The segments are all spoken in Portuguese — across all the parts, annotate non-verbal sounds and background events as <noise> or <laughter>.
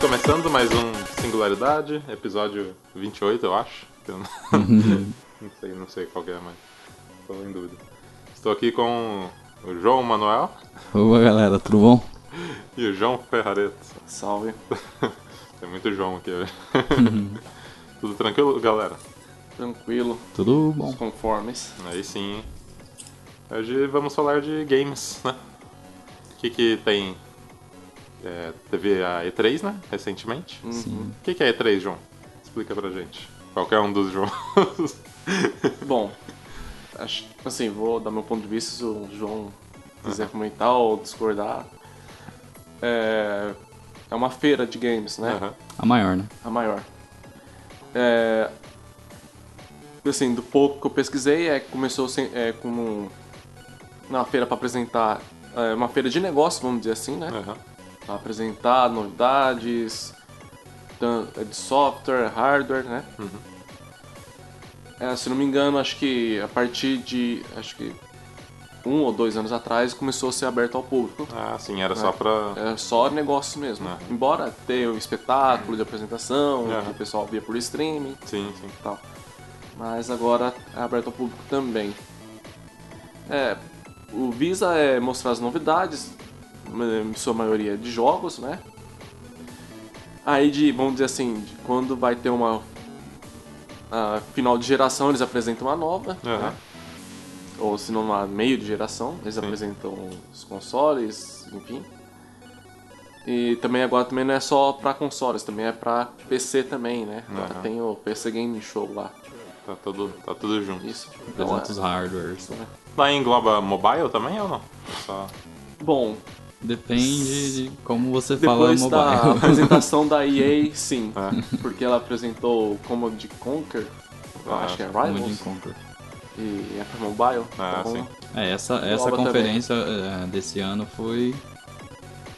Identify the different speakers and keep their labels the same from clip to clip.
Speaker 1: começando mais um Singularidade, episódio 28, eu acho. Eu não... não sei, não sei qual que é, mas estou em dúvida. Estou aqui com o João Manuel
Speaker 2: Opa, galera, tudo bom?
Speaker 1: e o João Ferrareto.
Speaker 3: Salve.
Speaker 1: Tem muito João aqui hoje. Tudo tranquilo, galera?
Speaker 3: Tranquilo,
Speaker 2: Tudo
Speaker 3: os
Speaker 2: bom.
Speaker 3: conformes.
Speaker 1: Aí sim. Hoje vamos falar de games, né? O que que tem... É, teve a E3, né? Recentemente.
Speaker 3: Uhum.
Speaker 2: Sim.
Speaker 1: O que, que é E3, João? Explica pra gente. Qualquer um dos João. <laughs>
Speaker 3: Bom, acho, assim, vou dar meu ponto de vista se o João
Speaker 2: Ah.
Speaker 3: quiser comentar ou discordar. É, é uma feira de games, né?
Speaker 1: Aham.
Speaker 2: A maior, né?
Speaker 3: A maior. É, assim, do pouco que eu pesquisei, é que começou sem- é, como uma feira para apresentar, é, uma feira de negócio, vamos dizer assim,
Speaker 2: É.
Speaker 3: né?
Speaker 1: Aham.
Speaker 3: Pra apresentar novidades tan- de software, hardware, né? É, se não me engano, acho que a partir de acho que um ou dois anos atrás começou a ser aberto ao público.
Speaker 1: Ah, sim, era só pra...
Speaker 3: É só negócio mesmo.
Speaker 1: Aham.
Speaker 3: Embora tenha o espetáculo de apresentação,
Speaker 1: Aham.
Speaker 3: que o pessoal via por streaming e
Speaker 1: Sim, sim.
Speaker 3: tal. Mas agora é aberto ao público também. É, o Visa é mostrar as novidades, em sua maioria de jogos, né? Aí de, vamos dizer assim, de quando vai ter uma a final de geração eles apresentam uma nova,
Speaker 1: Aham.
Speaker 3: né? ou se não a meio de geração, eles apresentam os consoles, enfim. E também agora também não é só pra consoles, também é pra PC também, né? Agora
Speaker 1: Aham.
Speaker 3: tem o PC Game Show lá.
Speaker 1: Tá tudo, tá tudo junto.
Speaker 3: Isso.
Speaker 1: um
Speaker 3: Então,
Speaker 2: Apresenta os
Speaker 3: é.
Speaker 2: hardwares.
Speaker 1: Lá engloba mobile também ou não? Só...
Speaker 3: Bom,
Speaker 2: Depende de como você fala
Speaker 3: depois tá
Speaker 2: mobile.
Speaker 3: da
Speaker 1: <laughs>
Speaker 2: <laughs>
Speaker 3: apresentação da EA, sim.
Speaker 1: É.
Speaker 3: Porque ela apresentou o Command Conquer, eu
Speaker 1: Ah,
Speaker 3: acho que é
Speaker 2: Como de
Speaker 3: Rivals,
Speaker 2: encontro.
Speaker 3: e é pra mobile.
Speaker 1: Ah,
Speaker 3: então,
Speaker 1: sim.
Speaker 2: É, essa, essa
Speaker 3: Nova
Speaker 2: conferência eh, desse ano foi.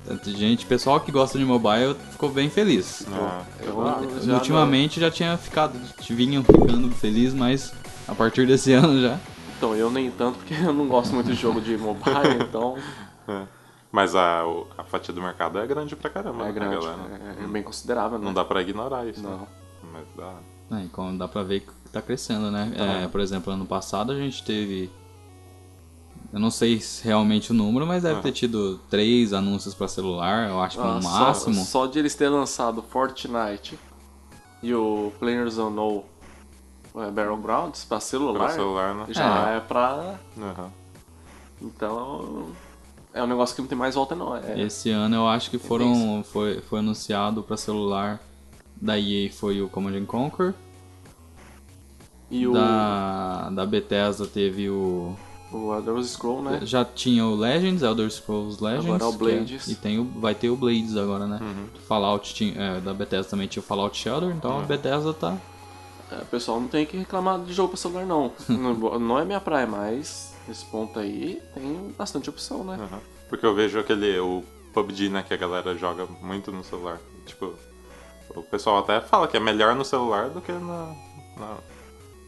Speaker 2: Tanto Gente, pessoal que gosta de mobile ficou bem feliz.
Speaker 1: Ah,
Speaker 3: eu
Speaker 1: tá.
Speaker 3: já não-
Speaker 2: Ultimamente já tinha ficado, vinham ficando feliz, mas a partir desse <laughs> ano já.
Speaker 3: Então, eu nem tanto, porque eu não gosto muito de jogo
Speaker 1: <laughs>
Speaker 3: de mobile, então
Speaker 1: É. Mas a, o- a fatia do mercado é grande pra caramba,
Speaker 3: é
Speaker 1: né,
Speaker 3: grande.
Speaker 1: galera?
Speaker 3: É, é bem considerável, né?
Speaker 1: Não dá pra ignorar isso. né?
Speaker 3: Não.
Speaker 1: Mas dá.
Speaker 2: É, e como dá pra ver que tá crescendo, né? É, por exemplo, ano passado a gente teve. Eu não sei se realmente o número, mas deve ter tido três anúncios pra celular, eu acho que
Speaker 3: Ah,
Speaker 2: no
Speaker 3: só-
Speaker 2: máximo.
Speaker 3: Só, de eles terem lançado Fortnite e o Players Unknown é, Battlegrounds pra celular,
Speaker 1: Pra celular, né?
Speaker 3: já é pra.
Speaker 1: Aham.
Speaker 3: Então. É um negócio que não tem mais volta, não. É,
Speaker 2: Esse ano eu acho que foram. Foi, foi anunciado pra celular. Da EA foi o Command and Conquer.
Speaker 3: e o,
Speaker 2: Da, da Bethesda teve o.
Speaker 3: o Elder Scroll, né?
Speaker 2: Já tinha o Legends, Elder Scrolls Legends.
Speaker 3: Agora é o
Speaker 2: que
Speaker 3: Blades. Uhum.
Speaker 2: e tem o, vai ter o Blades agora, né? Fallout tinha, é, da Bethesda também tinha o Fallout Shelter, então a Bethesda tá.
Speaker 3: É, pessoal, não tem que reclamar de jogo pra
Speaker 2: <laughs>
Speaker 3: celular, não. não. Não é minha praia, mas nesse ponto aí tem bastante opção, né?
Speaker 1: aham. Porque eu vejo aquele. O PUBG, né? Que a galera joga muito no celular. Tipo. O pessoal até fala que é melhor no celular do que na, na-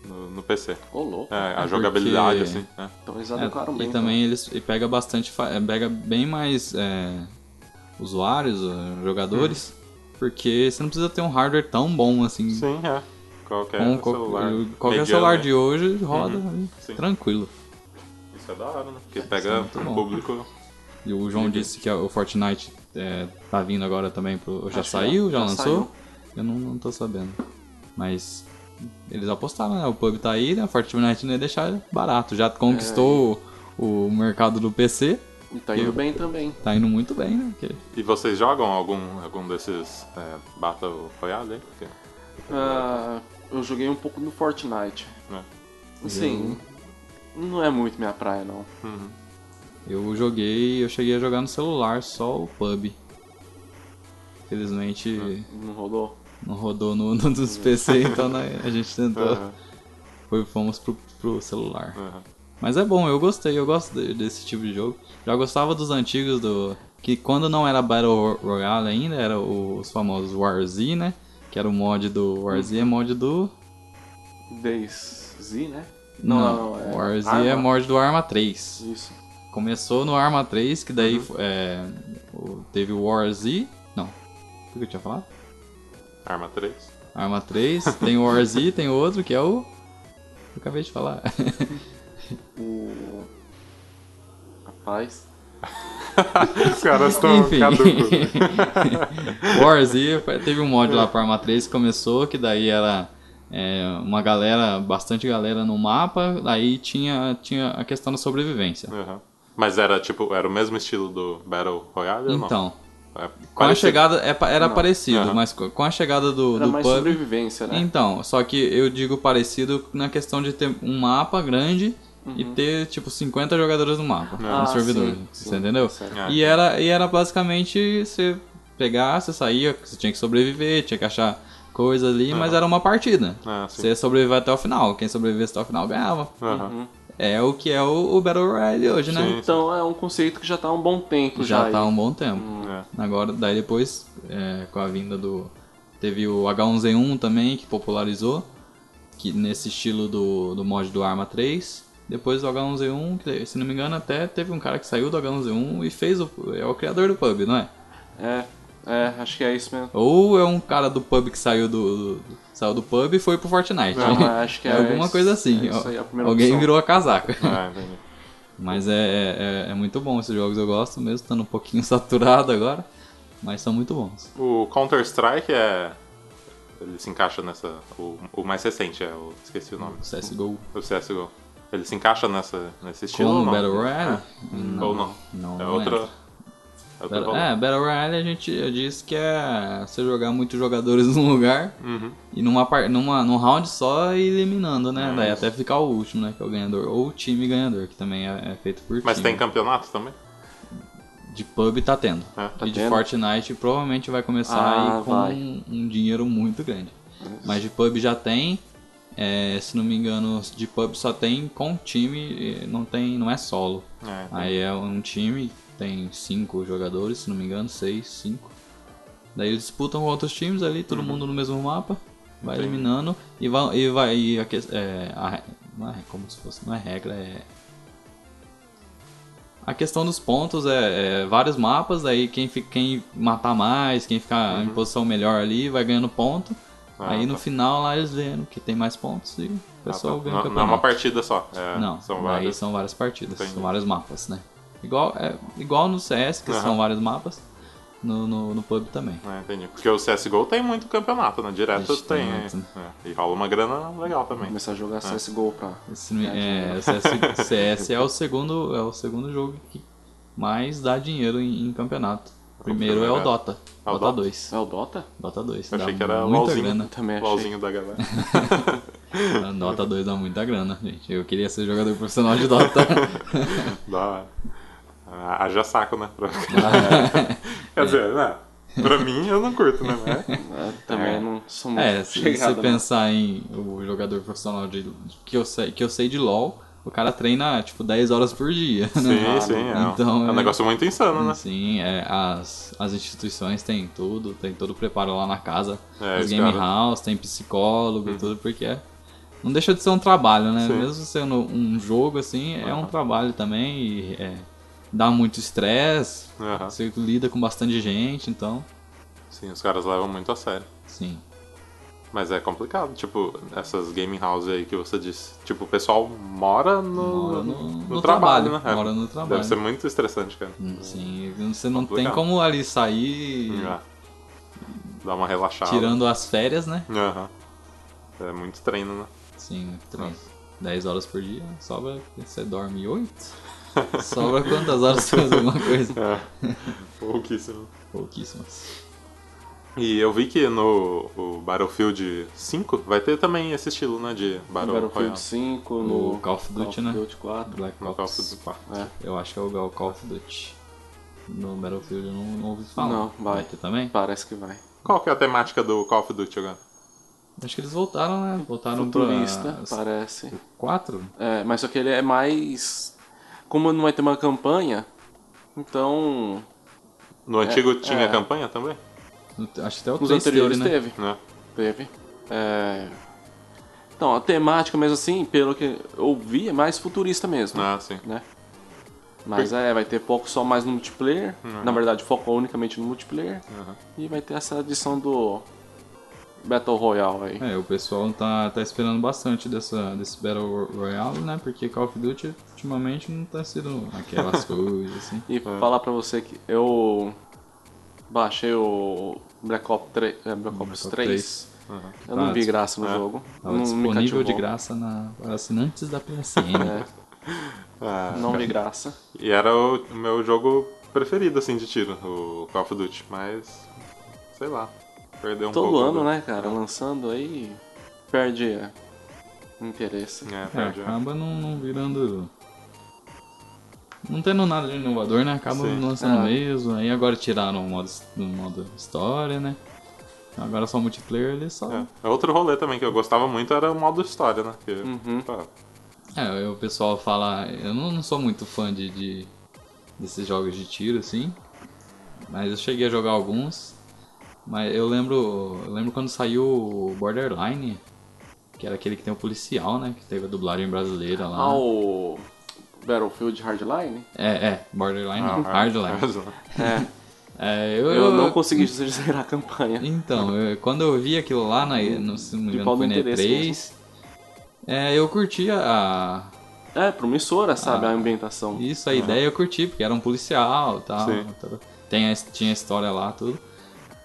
Speaker 1: no, no PC.
Speaker 3: Ô, louco.
Speaker 1: É, a
Speaker 2: É
Speaker 1: jogabilidade,
Speaker 2: porque-
Speaker 1: assim. né?
Speaker 3: Então eles adequaram
Speaker 2: É,
Speaker 3: bem.
Speaker 2: E
Speaker 3: então.
Speaker 2: também eles e pega bastante, fa- eh, pega bem mais eh, usuários, eh, jogadores, porque você não precisa ter um hardware tão bom assim.
Speaker 1: Hum. Sim, é. Qualquer
Speaker 2: como Um, qual-
Speaker 1: celular.
Speaker 2: qualquer
Speaker 1: mediano,
Speaker 2: celular
Speaker 1: né?
Speaker 2: de hoje roda eh,
Speaker 1: Sim.
Speaker 2: tranquilo.
Speaker 1: Isso é da hora, né? Porque pega
Speaker 2: muito
Speaker 1: o
Speaker 2: bom.
Speaker 1: público.
Speaker 2: E o
Speaker 1: Uhum.
Speaker 2: João disse que o Fortnite eh, tá vindo agora também pro. Já
Speaker 1: Ah,
Speaker 3: Acho que
Speaker 2: saiu?
Speaker 3: já-
Speaker 2: Já,
Speaker 3: já
Speaker 2: lançou?
Speaker 3: saiu.
Speaker 2: Eu não, não tô sabendo. Mas eles apostaram, né? O pub tá aí, né? O Fortnite não ia deixar barato. Já
Speaker 1: É,
Speaker 2: conquistou o, o mercado do PC.
Speaker 3: E tá indo
Speaker 2: Eu-
Speaker 3: bem também.
Speaker 2: Tá indo muito bem, né? Porque
Speaker 1: E vocês jogam algum, algum desses é, Battle Royale? aí? Porque,
Speaker 3: Ah, eu joguei um pouco no Fortnite.
Speaker 1: né?
Speaker 3: Assim, não é muito minha praia, não.
Speaker 2: Eu joguei, eu cheguei a jogar no celular só o pub. Infelizmente
Speaker 3: Não rolou.
Speaker 2: não rodou no, no dos PC, então né, a gente tentou.
Speaker 1: Aham,
Speaker 2: Foi, fomos pro, pro celular.
Speaker 1: aham.
Speaker 2: Mas é bom, eu gostei, eu gosto de- desse tipo de jogo. Já gostava dos antigos do. Que quando não era Battle Royale ainda, era o- os famosos WarZ, né? Que era o mod do WarZ, é mod do.
Speaker 3: DayZ, né?
Speaker 2: o WarZ é
Speaker 3: Arma.
Speaker 2: mod do Arma 3.
Speaker 3: Isso.
Speaker 2: Começou no Arma 3, que daí é, o- teve o War Z. Não. O que eu tinha falado?
Speaker 1: Arma
Speaker 2: <laughs>
Speaker 1: 3.
Speaker 2: Arma 3, tem o Warzy, tem outro que é o. Eu acabei de falar.
Speaker 3: O. Rapaz.
Speaker 1: Os caras estão
Speaker 2: <laughs> Enfim.
Speaker 1: caducos. né?
Speaker 2: Warzy, teve um mod lá pra Arma 3 que começou, que daí era é, uma galera, bastante galera no mapa, aí tinha, tinha a questão da sobrevivência.
Speaker 1: Aham. Mas era tipo, era o mesmo estilo do Battle Royale ou não?
Speaker 2: Então,
Speaker 1: É,
Speaker 2: com a
Speaker 1: parecido.
Speaker 2: chegada, é pa- era
Speaker 3: Não.
Speaker 2: parecido,
Speaker 1: Aham.
Speaker 2: mas co- com a chegada do,
Speaker 3: Era
Speaker 2: do
Speaker 3: mais
Speaker 2: PUBG,
Speaker 3: sobrevivência, né?
Speaker 2: Então, só que eu digo parecido na questão de ter um mapa grande e ter, tipo, 50 jogadores no mapa,
Speaker 1: Ah,
Speaker 2: no servidor,
Speaker 3: sim,
Speaker 2: você
Speaker 3: sim,
Speaker 2: entendeu?
Speaker 3: certo.
Speaker 1: Ah,
Speaker 2: E era, e era basicamente você pegar, você saía, você tinha que sobreviver, tinha que achar coisa ali, mas era uma partida.
Speaker 1: Ah, sim. Ah.
Speaker 2: Você sobreviveu até o final, quem sobrevivesse até o final ganhava.
Speaker 1: Aham.
Speaker 2: É o que é o, o Battle Royale hoje, né?
Speaker 1: Sim.
Speaker 3: Então é um conceito que já tá há um bom tempo já.
Speaker 2: Já
Speaker 3: aí.
Speaker 2: tá há um bom tempo.
Speaker 1: É.
Speaker 2: Agora, daí depois, é, com a vinda do. Teve o H1Z1 também, que popularizou, que nesse estilo do, do mod do Arma 3. Depois do H1Z1, que, se não me engano, até teve um cara que saiu do H1Z1 e fez o. É o criador do pub, não é?
Speaker 3: É, é, acho que é isso mesmo.
Speaker 2: Ou é um cara do pub que saiu do. do- saiu do pub e foi pro Fortnite. <laughs>
Speaker 3: Não, acho que é
Speaker 2: alguma
Speaker 3: isso-
Speaker 2: coisa assim.
Speaker 3: é isso aí, a primeira
Speaker 2: Alguém
Speaker 3: opção.
Speaker 2: virou a casaca. <laughs>
Speaker 1: Ah, entendi.
Speaker 2: Mas é, é- é- é muito bom esses jogos, eu gosto mesmo, estando um pouquinho <laughs> saturado agora. Mas são muito bons.
Speaker 1: O Counter-Strike é. Ele se encaixa nessa. O, o mais recente é o. Esqueci o nome.
Speaker 2: CSGO
Speaker 1: O CSGO. Ele se encaixa nessa, nesse estilo ou
Speaker 2: com
Speaker 1: não?
Speaker 2: um Battle Royale?
Speaker 1: Ou não?
Speaker 2: Não,
Speaker 1: é
Speaker 2: não
Speaker 1: outra.
Speaker 2: entra.
Speaker 1: É outra
Speaker 2: Battle,
Speaker 1: bola.
Speaker 2: é, Battle Royale a gente diz que é você jogar muitos jogadores <laughs> num lugar
Speaker 1: Uhum.
Speaker 2: e numa, par- numa, num round só e eliminando, né?
Speaker 1: É
Speaker 2: Daí
Speaker 1: isso.
Speaker 2: até ficar o último, né? Que é o ganhador. Ou o time ganhador, que também é, é feito por
Speaker 1: Mas
Speaker 2: time.
Speaker 1: tem campeonato também?
Speaker 2: De pub tá tendo.
Speaker 1: É.
Speaker 2: e de
Speaker 3: tendo?
Speaker 2: Fortnite provavelmente vai começar
Speaker 3: Ah,
Speaker 2: aí com
Speaker 3: vai.
Speaker 2: Um, um dinheiro muito grande. Mas de pub já tem. é, se não me engano, de pub só tem com time, eh, não tem, não é solo.
Speaker 1: É, então-
Speaker 2: Aí é um time, tem cinco jogadores, se não me engano, seis, cinco. Daí eles disputam com outros times ali, todo mundo no mesmo mapa, vai
Speaker 1: Uhum. Entendi.
Speaker 2: eliminando e vai. E vai e a, ques- é, a re- não é como se fosse, não é regra, é. A questão dos pontos é, é vários mapas, aí quem, fi- quem matar mais, quem ficar em posição melhor ali, vai ganhando ponto.
Speaker 1: Uhum. Ah,
Speaker 2: aí no
Speaker 1: tá.
Speaker 2: final lá eles vendo que tem mais pontos e o pessoal
Speaker 1: Ah, tá.
Speaker 2: ganha o
Speaker 1: não,
Speaker 2: campeonato.
Speaker 1: não é uma partida só. É,
Speaker 2: Não,
Speaker 1: São
Speaker 2: daí
Speaker 1: várias.
Speaker 2: são várias partidas,
Speaker 1: Entendi.
Speaker 2: são vários mapas, né? Igual, é, igual no CS, que
Speaker 1: Aham.
Speaker 2: são vários mapas, no, no, no pub também.
Speaker 1: É, entendi. Porque o CSGO tem muito campeonato, né? Direto
Speaker 2: Ixi,
Speaker 1: tem.
Speaker 2: tem
Speaker 1: é.
Speaker 2: muito.
Speaker 1: É. E rola uma grana legal também.
Speaker 3: Começar a
Speaker 2: É.
Speaker 3: jogar CSGO pra.
Speaker 2: Esse, não- é, o CS, CS é o segundo é o segundo jogo que mais dá dinheiro em, em campeonato. O primeiro é o
Speaker 1: primeiro é-
Speaker 2: Dota,
Speaker 1: Ah, o
Speaker 2: Dota
Speaker 1: Dota?
Speaker 2: 2.
Speaker 3: É o Dota?
Speaker 2: Dota 2,
Speaker 1: Eu
Speaker 2: dá
Speaker 1: achei que era
Speaker 2: muita
Speaker 1: LOLzinho. <laughs>
Speaker 2: grana.
Speaker 3: Também achei.
Speaker 1: LOLzinho da
Speaker 2: <laughs>
Speaker 1: galera.
Speaker 2: A Dota 2 dá muita grana, gente. Eu queria ser jogador profissional
Speaker 1: <laughs>
Speaker 2: de Dota.
Speaker 1: da hora. Ah, haja saco, né?
Speaker 2: <laughs>
Speaker 1: Pra- Quer dizer, né? Pra mim eu não curto, né? Mas-
Speaker 2: <laughs>
Speaker 3: É, também não sou muito
Speaker 2: É, se
Speaker 3: chegado, né?
Speaker 2: você
Speaker 3: não.
Speaker 2: pensar em o jogador profissional de, que, eu sei, que eu sei de LoL, o cara treina tipo 10 horas por dia.
Speaker 1: Sim,
Speaker 2: né?
Speaker 1: sim. É, um-
Speaker 2: Então,
Speaker 1: é um
Speaker 2: é-
Speaker 1: negócio muito insano, né?
Speaker 2: Sim, é, as, as instituições têm tudo, tem todo o preparo lá na casa.
Speaker 1: É,
Speaker 2: as
Speaker 1: os
Speaker 2: game
Speaker 1: caras-
Speaker 2: house, tem psicólogo, tudo, porque é. Não deixa de ser um trabalho, né?
Speaker 1: Hum. Sim.
Speaker 2: Mesmo sendo um jogo, assim, é um trabalho também e é, dá muito estresse,
Speaker 1: Aham.
Speaker 2: você lida com bastante gente, então,
Speaker 1: Sim, os caras levam muito a sério.
Speaker 2: sim.
Speaker 1: Mas é complicado, tipo, essas gaming houses aí que você disse. Tipo, o pessoal mora no,
Speaker 2: Mora no-
Speaker 1: no trabalho,
Speaker 2: no trabalho,
Speaker 1: né? É,
Speaker 2: mora no trabalho. Hum.
Speaker 1: Deve ser muito estressante, cara.
Speaker 2: Sim, você não
Speaker 1: Complicado.
Speaker 2: tem como ali sair
Speaker 1: É. Dá uma relaxada.
Speaker 2: tirando as férias, né?
Speaker 1: Aham. É muito treino, né?
Speaker 2: Sim, três, 10 horas por dia, sobra. Você dorme
Speaker 3: <laughs>
Speaker 2: 8? Sobra quantas horas você faz alguma coisa?
Speaker 1: É. Pouquíssimo.
Speaker 2: Pouquíssimas.
Speaker 1: E eu vi que no o Battlefield 5 vai ter também esse estilo, né? De
Speaker 3: No
Speaker 1: Battle
Speaker 3: Battlefield
Speaker 1: Royale.
Speaker 3: 5,
Speaker 2: No
Speaker 3: no
Speaker 2: Call of Duty,
Speaker 3: Call
Speaker 2: né?
Speaker 3: of Duty 4.
Speaker 2: Black
Speaker 1: No Call of
Speaker 2: Ops
Speaker 1: Duty 4.
Speaker 3: É.
Speaker 2: Eu acho que é o Call of Duty. No Battlefield eu não, não ouvi falar.
Speaker 3: Não, vai.
Speaker 2: ter também?
Speaker 3: É. Parece que vai.
Speaker 1: Qual que é a temática do Call of Duty agora?
Speaker 2: Acho que eles voltaram, né? Voltaram
Speaker 3: Futurista,
Speaker 2: pra...
Speaker 3: parece.
Speaker 2: 4?
Speaker 3: É, mas só que ele é mais. Como não vai ter uma campanha, então.
Speaker 1: No antigo tinha
Speaker 3: é.
Speaker 1: campanha também?
Speaker 2: Acho que até o
Speaker 3: Nos
Speaker 2: 3
Speaker 3: anteriores
Speaker 2: teve, né?
Speaker 3: teve.
Speaker 1: Né?
Speaker 3: Teve. É, Então, a temática mesmo assim, pelo que eu vi, é mais futurista mesmo.
Speaker 1: Ah, sim.
Speaker 3: né? Mas é, vai ter foco só mais no multiplayer. Na verdade, foco unicamente no multiplayer.
Speaker 1: Aham.
Speaker 3: E vai ter essa adição do Battle Royale aí.
Speaker 2: É, o pessoal tá, tá esperando bastante dessa, desse Battle Royale, né? Porque Call of Duty ultimamente não tá sendo aquelas <laughs> coisas assim.
Speaker 3: E falar pra você que eu baixei o Black Ops 3, é, Black Ops
Speaker 2: Ops
Speaker 3: 3.
Speaker 2: 3.
Speaker 1: Aham.
Speaker 3: Eu não
Speaker 2: Tá,
Speaker 3: vi graça no
Speaker 1: é.
Speaker 3: jogo.
Speaker 2: Tava
Speaker 3: não me
Speaker 2: disponível
Speaker 3: cativou.
Speaker 2: de graça na, para assinantes da PSN.
Speaker 3: <laughs> É,
Speaker 1: Ah,
Speaker 3: não vi graça.
Speaker 1: E era o meu jogo preferido, assim, de tiro, o Call of Duty, mas. sei lá. Perdeu um pouco.
Speaker 3: Todo ano,
Speaker 1: do-
Speaker 3: né, cara? Lançando aí, perde é, interesse.
Speaker 1: É,
Speaker 2: É,
Speaker 1: perde. é.
Speaker 2: acaba não, não virando. Não tendo nada de inovador, né? Acaba
Speaker 1: Sim.
Speaker 2: lançando
Speaker 3: É.
Speaker 2: mesmo. Aí agora tiraram o modo, o modo história, né? Agora só multiplayer ali só. É.
Speaker 1: É. Outro rolê também que eu gostava muito era o modo história, né? Que,
Speaker 3: Uhum.
Speaker 1: pá,
Speaker 2: É, aí o pessoal fala. Eu não, não sou muito fã de, de- desses jogos de tiro, assim. Mas eu cheguei a jogar alguns. Mas eu lembro. Eu lembro quando saiu o Borderline, que era aquele que tem o policial, né? Que teve a dublagem brasileira lá.
Speaker 3: Ah, o Battlefield Hardline?
Speaker 2: É, é, Borderline,
Speaker 1: ah,
Speaker 2: não, Hardline.
Speaker 3: É,
Speaker 2: É, eu,
Speaker 3: eu não consegui <laughs> zerar a campanha.
Speaker 2: Então, eu- quando eu vi aquilo lá, na, no, se não me
Speaker 3: De
Speaker 2: engano,
Speaker 3: pau
Speaker 2: foi
Speaker 3: do
Speaker 2: na
Speaker 3: interesse
Speaker 2: E3, é, eu curti a,
Speaker 3: É, promissora, sabe, a ambientação.
Speaker 2: isso, a ideia eu curti, porque era um policial e tal.
Speaker 1: Sim.
Speaker 2: tal. Tem a, tinha a história lá, tudo.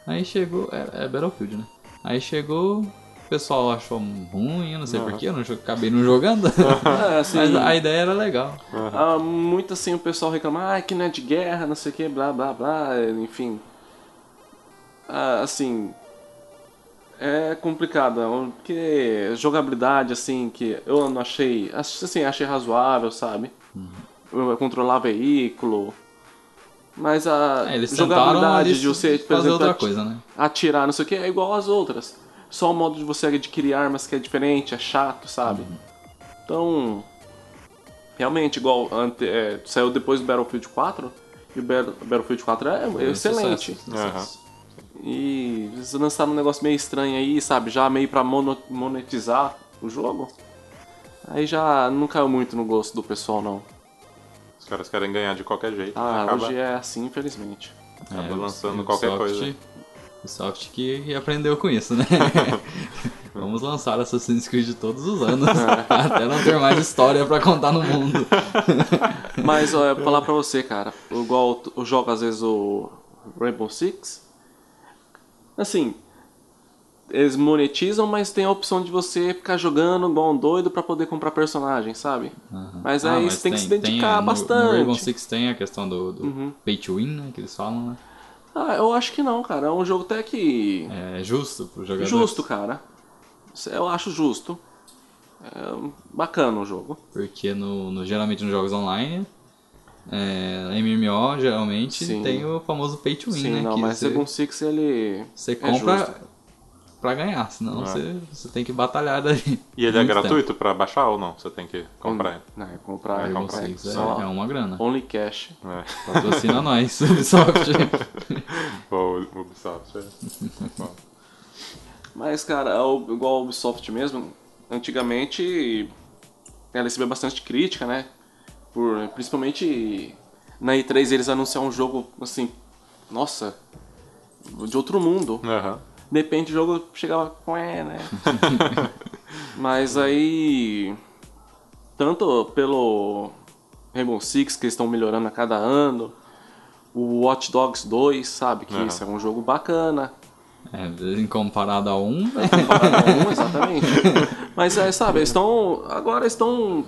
Speaker 2: Aí chegou. É, é Battlefield, né? Aí chegou. O pessoal achou ruim, eu não sei porquê, eu não, jo- acabei não jogando.
Speaker 3: É,
Speaker 2: <laughs>
Speaker 3: assim,
Speaker 2: Mas a ideia era legal.
Speaker 3: ah, muito assim o pessoal reclama, ah, que não é de guerra, não sei o que, blá blá blá, enfim. Ah, assim. É complicado, porque jogabilidade, assim, que eu não achei. Assim, achei razoável, sabe?
Speaker 2: Uhum.
Speaker 3: Controlar veículo. Mas a
Speaker 2: É, eles tentaram
Speaker 3: jogabilidade
Speaker 2: eles,
Speaker 3: de você, por
Speaker 2: fazer
Speaker 3: exemplo,
Speaker 2: outra
Speaker 3: ati-
Speaker 2: coisa, né?
Speaker 3: atirar, não sei o que, é igual às outras. Só o modo de você adquirir armas que é diferente, é chato, sabe?
Speaker 2: Uhum.
Speaker 3: Então, realmente, igual ante- é, saiu depois do Battlefield 4, e o Bat- Battlefield 4 é
Speaker 2: Foi um
Speaker 3: excelente.
Speaker 2: sucesso, sucesso.
Speaker 3: E eles lançaram um negócio meio estranho aí, sabe? Já meio pra mono- monetizar o jogo. Aí já não caiu muito no gosto do pessoal, não.
Speaker 1: <laughs> Os caras querem ganhar de qualquer jeito.
Speaker 3: Ah,
Speaker 1: acaba...
Speaker 3: hoje é assim, infelizmente.
Speaker 1: Acaba
Speaker 2: o-
Speaker 1: lançando
Speaker 2: o
Speaker 1: qualquer
Speaker 2: É, Ubisoft-
Speaker 1: coisa.
Speaker 2: O Soft que aprendeu com isso, né? Vamos lançar Assassin's Creed todos os anos, <laughs> até não ter mais história pra contar no mundo.
Speaker 3: Mas
Speaker 2: <laughs>
Speaker 3: ó, eu vou falar pra você, cara. Igual eu jogo às vezes o Rainbow Six. Assim, eles monetizam, mas tem a opção de você ficar jogando igual um doido pra poder comprar personagem, sabe? Mas
Speaker 2: Ah,
Speaker 3: aí você tem, que se dedicar
Speaker 2: no-
Speaker 3: bastante. Uhum.
Speaker 2: No Rainbow Six tem a questão do, do pay to win, né, que eles falam, né?
Speaker 3: Ah, eu acho que não, cara. É um jogo até que.
Speaker 2: É justo pro jogador.
Speaker 3: justo, cara. Eu acho justo. É bacana o jogo.
Speaker 2: Porque no, no- geralmente nos jogos online, é, MMO geralmente
Speaker 3: Sim.
Speaker 2: tem o famoso pay to win,
Speaker 3: Sim,
Speaker 2: né?
Speaker 3: não,
Speaker 2: que
Speaker 3: mas
Speaker 2: você,
Speaker 3: Rainbow Six ele.
Speaker 2: você
Speaker 3: é
Speaker 2: compra
Speaker 3: justo.
Speaker 2: pra ganhar, senão
Speaker 1: É.
Speaker 2: você, você tem que batalhar daí.
Speaker 1: E ele é
Speaker 2: Muito tempo.
Speaker 1: gratuito pra baixar ou não? Você tem que comprar ele.
Speaker 3: Não, é comprar,
Speaker 1: É,
Speaker 3: é
Speaker 2: Rainbow
Speaker 3: comprar.
Speaker 2: Six é,
Speaker 3: Só
Speaker 2: é uma grana.
Speaker 3: Only cash.
Speaker 1: É.
Speaker 2: Patrocina nós, <laughs> Ubisoft.
Speaker 1: <laughs> Ou o Ubisoft. é. Bom,
Speaker 3: Mas, cara, é o- igual a Ubisoft mesmo, antigamente ela recebeu bastante crítica, né? Por, principalmente na E3 eles anunciaram um jogo assim, nossa, de outro mundo.
Speaker 1: Aham.
Speaker 3: De repente o jogo chegava com é, né? Mas aí. Tanto pelo Rainbow Six, que eles estão melhorando a cada ano, o Watch Dogs 2, sabe? Que
Speaker 1: Aham.
Speaker 3: isso é um jogo bacana.
Speaker 2: É, em comparado a um, né?
Speaker 3: Não, exatamente. Mas é, sabe, eles estão. Agora estão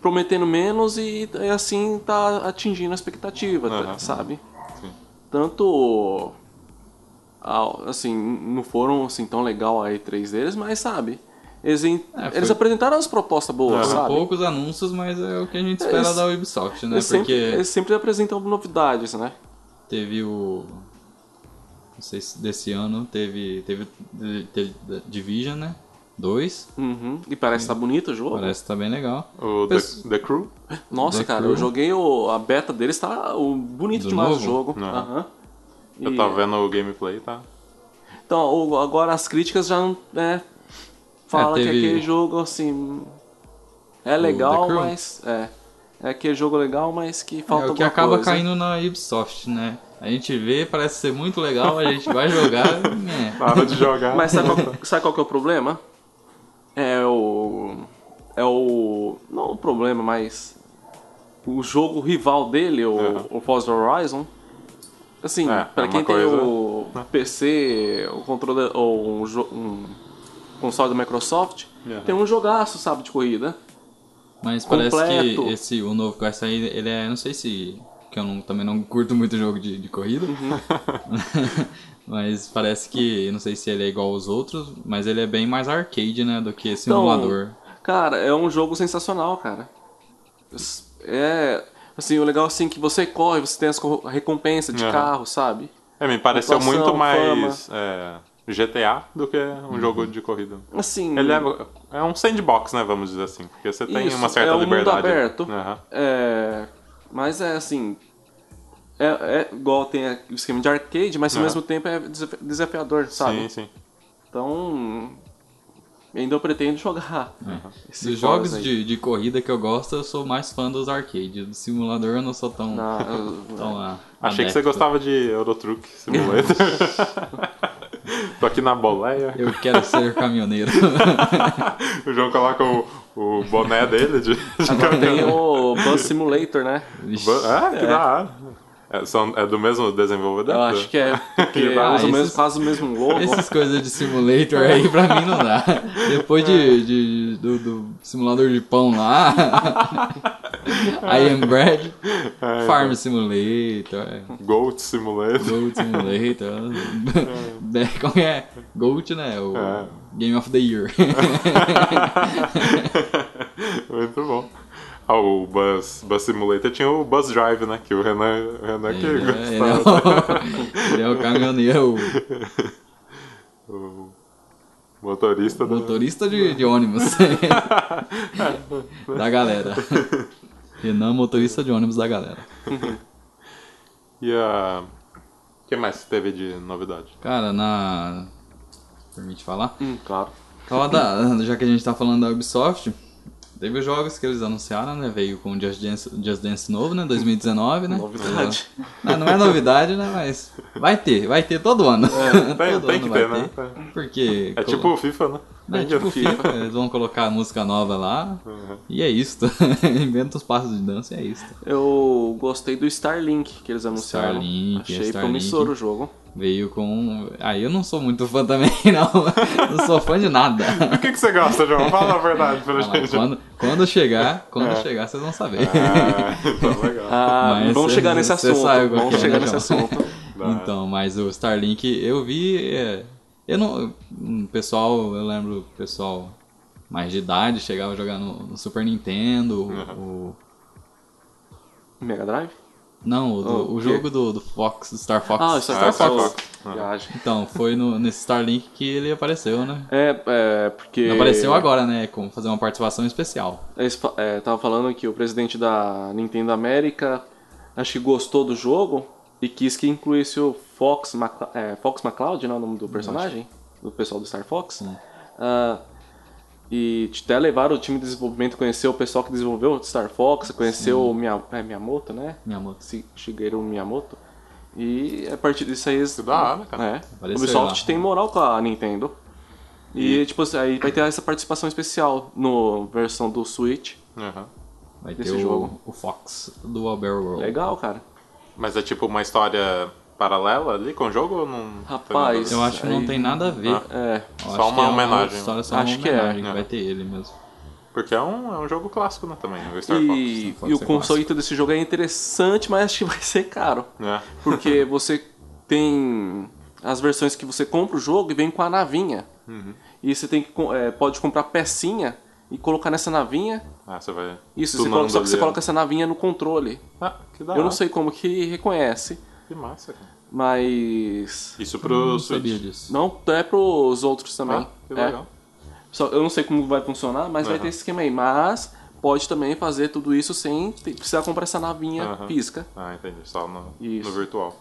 Speaker 3: prometendo menos e, e assim tá atingindo a expectativa, tá-
Speaker 1: Aham.
Speaker 3: sabe?
Speaker 1: Sim.
Speaker 3: Tanto. a- Assim, não foram assim tão legal a E3 deles, mas sabe. Eles, en-
Speaker 2: É, foi-
Speaker 3: eles apresentaram as propostas boas,
Speaker 1: Aham.
Speaker 2: São
Speaker 3: sabe?
Speaker 2: poucos anúncios, mas é o que a gente espera
Speaker 3: Eles-
Speaker 2: da Ubisoft, né?
Speaker 3: eles,
Speaker 2: Porque
Speaker 3: sempre, eles sempre apresentam novidades, né?
Speaker 2: teve o. Não sei se desse ano teve. Teve, teve Division, né? Dois.
Speaker 3: Uhum. E parece que tá bonito o jogo.
Speaker 2: Parece que tá bem legal.
Speaker 1: O
Speaker 2: Pes-
Speaker 1: The, The Crew?
Speaker 3: Nossa,
Speaker 2: The
Speaker 3: cara,
Speaker 2: Crew.
Speaker 3: eu joguei o- a beta deles, tá o, bonito
Speaker 2: Do
Speaker 3: demais
Speaker 2: novo?
Speaker 3: o jogo.
Speaker 1: Aham.
Speaker 3: Aham.
Speaker 1: Eu
Speaker 3: E-
Speaker 1: tava vendo o gameplay, tá?
Speaker 3: Então, o- agora as críticas já não. É, fala
Speaker 2: É, teve-
Speaker 3: que aquele jogo, assim. É
Speaker 2: The
Speaker 3: legal,
Speaker 2: Crew?
Speaker 3: mas. É. É aquele jogo legal, mas que falta
Speaker 2: é o que
Speaker 3: alguma
Speaker 2: acaba
Speaker 3: coisa.
Speaker 2: caindo na Ubisoft, né? A gente vê, parece ser muito legal, a gente vai jogar.
Speaker 3: <laughs>
Speaker 2: né?
Speaker 3: Tá
Speaker 1: Para de jogar.
Speaker 3: Mas sabe qual,
Speaker 1: <laughs>
Speaker 3: sabe qual que é o problema? É o. É o. Não o problema, mas. O jogo rival dele, o,
Speaker 1: Aham.
Speaker 3: o Forza Horizon. Assim,
Speaker 1: É,
Speaker 3: pra
Speaker 1: é
Speaker 3: quem
Speaker 1: uma coisa-
Speaker 3: tem o PC, o controle. ou um, jo- um console da Microsoft,
Speaker 1: Aham.
Speaker 3: tem um jogaço, sabe, de corrida.
Speaker 2: Mas parece
Speaker 3: Completo.
Speaker 2: que esse, o novo que vai sair, ele é. Não sei se. Que eu não- também não curto muito jogo de, de corrida.
Speaker 3: Uhum.
Speaker 2: <laughs> mas parece que. Não sei se ele é igual aos outros, mas ele é bem mais arcade, né? Do
Speaker 3: Então,
Speaker 2: que simulador.
Speaker 3: Cara, é um jogo sensacional, cara. É. Assim, o legal assim que você corre, você tem as co- recompensa de
Speaker 1: Aham.
Speaker 3: carro, sabe?
Speaker 1: É, me pareceu
Speaker 3: Pontuação,
Speaker 1: muito mais é, GTA do que um
Speaker 3: Uhum.
Speaker 1: jogo de corrida.
Speaker 3: Assim.
Speaker 1: Ele é, é um sandbox, né? Vamos dizer assim. Porque você tem
Speaker 3: Isso,
Speaker 1: uma certa
Speaker 3: é um mundo
Speaker 1: liberdade.
Speaker 3: aberto.
Speaker 1: Aham.
Speaker 3: É, mas é assim. É, é igual tem o esquema de arcade, mas ao
Speaker 1: Aham.
Speaker 3: mesmo tempo é desafi- desafiador, sabe?
Speaker 1: Sim, sim.
Speaker 3: Então. Ainda eu pretendo <laughs> jogar. esses
Speaker 2: Dos jogos
Speaker 3: aí.
Speaker 2: de, de corrida que eu gosto, eu sou mais fã dos arcades. Do simulador eu não sou tão. <laughs>
Speaker 3: Na- eu-
Speaker 2: tão ah,
Speaker 1: Achei que
Speaker 2: adepto.
Speaker 1: você gostava de Eurotruck
Speaker 3: <laughs>
Speaker 1: Simulator. Tô aqui na boleia.
Speaker 2: Eu
Speaker 1: <laughs>
Speaker 2: quero ser caminhoneiro.
Speaker 1: Tá O João coloca o, o boné dele de, de
Speaker 3: Agora tem
Speaker 1: <laughs> caminhão.
Speaker 3: o Bus Simulator, né?
Speaker 2: Vixe.
Speaker 1: Ah, que
Speaker 3: É.
Speaker 1: da hora. É, são- é do mesmo desenvolvedor?
Speaker 3: Eu acho que é.
Speaker 1: <laughs>
Speaker 3: Porque
Speaker 1: Que da
Speaker 2: hora.
Speaker 3: usa o mesmo,
Speaker 2: Esses-
Speaker 3: faz o mesmo
Speaker 1: <laughs>
Speaker 3: logo.
Speaker 2: Essas coisas de simulator aí pra mim não dá. Depois
Speaker 1: É.
Speaker 2: de, de- do, do simulador de pão
Speaker 1: <laughs>
Speaker 2: lá,
Speaker 1: É.
Speaker 2: I am bread,
Speaker 1: então.
Speaker 2: farm simulator, é,
Speaker 1: Goat Simulator.
Speaker 2: goat
Speaker 1: <laughs>
Speaker 2: simulator, <laughs> é, como é? Goat, né? O
Speaker 1: É.
Speaker 2: Game of
Speaker 1: <laughs>
Speaker 2: the Year.
Speaker 1: Muito bom. Ah, o Bus, Bus Simulator tinha o Bus Drive, né? Que o Renan, o Renan que
Speaker 2: Ele é, ele é
Speaker 1: gostava.
Speaker 2: o, <laughs> ele é o caminhoneiro,
Speaker 1: <laughs> O motorista
Speaker 2: o
Speaker 1: do...
Speaker 2: motorista de, de ônibus <laughs> da galera. Renan, motorista de ônibus da galera.
Speaker 1: E a... O que mais teve de novidade?
Speaker 2: Cara, na. Permite falar?
Speaker 3: Hum, claro.
Speaker 2: Fala da- já que a gente tá falando da Ubisoft, teve os jogos que eles anunciaram, né? Veio com o Just Dance, Just Dance novo, né? 2019, né?
Speaker 3: Novidade.
Speaker 2: Não, não é novidade, né? Mas vai ter, vai ter todo ano.
Speaker 1: É, Tem,
Speaker 2: <laughs> Todo
Speaker 1: tem
Speaker 2: ano
Speaker 1: que
Speaker 2: vai
Speaker 1: ter, né? É.
Speaker 2: Porque.
Speaker 1: É
Speaker 2: colo-
Speaker 1: tipo o FIFA, né?
Speaker 2: É
Speaker 1: Tem que-
Speaker 2: tipo FIFA, eles vão colocar a música nova lá.
Speaker 1: Uhum.
Speaker 2: E é isso. <laughs> Inventa os passos de dança e é isso.
Speaker 3: Eu gostei do Starlink que eles anunciaram.
Speaker 2: Starlink, é
Speaker 3: Achei
Speaker 2: Starlink.
Speaker 3: promissor o jogo.
Speaker 2: Veio com. um, Aí eu não sou muito fã também, <laughs> não. Não sou fã de nada.
Speaker 1: <laughs> O que, que você gosta, João? Fala a verdade pra
Speaker 2: Olha lá,
Speaker 1: gente. <laughs>
Speaker 2: Ah, quando, quando chegar, quando chegar, vocês vão saber.
Speaker 1: É.
Speaker 2: <laughs>
Speaker 1: Ah, então legal.
Speaker 3: Ah,
Speaker 2: Mas
Speaker 3: vamos
Speaker 2: cê- <laughs>
Speaker 3: chegar nesse
Speaker 2: cê
Speaker 3: assunto.
Speaker 2: sabe qual
Speaker 3: Vamos
Speaker 2: que é,
Speaker 3: chegar
Speaker 2: né,
Speaker 3: nesse
Speaker 2: João?
Speaker 3: assunto.
Speaker 1: Da-
Speaker 2: Então, mas o Starlink eu vi. é, eu não. O pessoal, eu lembro o pessoal mais de idade chegava a jogar no, no Super Nintendo. o-
Speaker 1: Uhum.
Speaker 2: o-
Speaker 3: Mega Drive?
Speaker 2: não, o, do-
Speaker 3: Oh,
Speaker 2: o
Speaker 3: o quê?
Speaker 2: jogo do, do Fox, do Star Fox.
Speaker 3: Ah, o Star
Speaker 1: Ah,
Speaker 3: Fox.
Speaker 1: Star Fox.
Speaker 3: Oh, Viagem.
Speaker 2: Então, foi no, nesse Starlink que ele apareceu, né?
Speaker 3: É, é, porque.
Speaker 2: Não apareceu agora, né? Como fazer uma participação especial.
Speaker 3: Eles fa- é, tava falando que o presidente da Nintendo América acho que gostou do jogo e quis que incluísse o Fox, Macla- é, Fox McCloud, não é o nome do personagem? Do pessoal do Star Fox.
Speaker 2: É.
Speaker 3: Ah, e até levar o time de desenvolvimento, conhecer o pessoal que desenvolveu o Star Fox, conhecer o Mia- é, Miyamoto, né?
Speaker 2: Minha moto.
Speaker 3: Si- Shigeru Miyamoto. E a partir disso aí. eles-
Speaker 1: Que da hora, cara.
Speaker 3: É. O
Speaker 2: Apareceu
Speaker 3: Ubisoft
Speaker 2: lá.
Speaker 3: tem moral com a Nintendo. E, tipo, aí vai ter essa participação especial no versão do Switch.
Speaker 2: É.
Speaker 1: Aham.
Speaker 2: Vai ter
Speaker 3: Desse
Speaker 2: o,
Speaker 3: jogo.
Speaker 2: o Fox do Albert World.
Speaker 3: Legal, cara.
Speaker 1: Mas é tipo uma história paralela ali com o jogo ou não?
Speaker 3: Rapaz,
Speaker 1: tem
Speaker 2: Eu acho que não
Speaker 3: Aí-
Speaker 2: tem nada a ver.
Speaker 1: Ah.
Speaker 3: É.
Speaker 2: Eu
Speaker 1: Só
Speaker 2: acho que
Speaker 1: uma
Speaker 2: é
Speaker 1: homenagem.
Speaker 2: História, só
Speaker 3: Acho
Speaker 2: uma
Speaker 3: que é.
Speaker 2: homenagem, que
Speaker 1: É.
Speaker 2: vai ter ele mesmo.
Speaker 1: nada- Porque é um, é um jogo clássico, né, também, o Star
Speaker 3: E,
Speaker 2: Fox, né?
Speaker 3: e o
Speaker 2: Fox é
Speaker 3: conceito desse jogo é interessante, mas acho que vai ser caro.
Speaker 1: Fox. É.
Speaker 3: Porque <laughs> você tem as versões que você compra o jogo e vem com a navinha.
Speaker 1: Uhum.
Speaker 3: E você tem que, co- é, pode comprar pecinha e colocar nessa navinha.
Speaker 1: Ah, você vai.
Speaker 3: Isso, você
Speaker 1: tunando
Speaker 3: coloca, só que
Speaker 1: ali,
Speaker 3: você
Speaker 1: né?
Speaker 3: coloca essa navinha no controle.
Speaker 1: Ah, que da
Speaker 3: Eu não
Speaker 1: hora.
Speaker 3: sei como que reconhece,
Speaker 1: Que massa, cara.
Speaker 3: mas.
Speaker 1: Isso
Speaker 2: Eu
Speaker 1: pro
Speaker 2: não
Speaker 1: Switch.
Speaker 2: Hum, sabia disso.
Speaker 3: Não, é pros outros também.
Speaker 1: Ah, que
Speaker 3: É.
Speaker 1: legal.
Speaker 3: Só, eu não sei como vai funcionar, mas vai
Speaker 1: Aham.
Speaker 3: ter esse esquema aí. Mas pode também fazer tudo isso sem ter- precisar comprar essa navinha
Speaker 1: Aham.
Speaker 3: física.
Speaker 1: Ah, entendi. Só no,
Speaker 3: Isso.
Speaker 1: no virtual.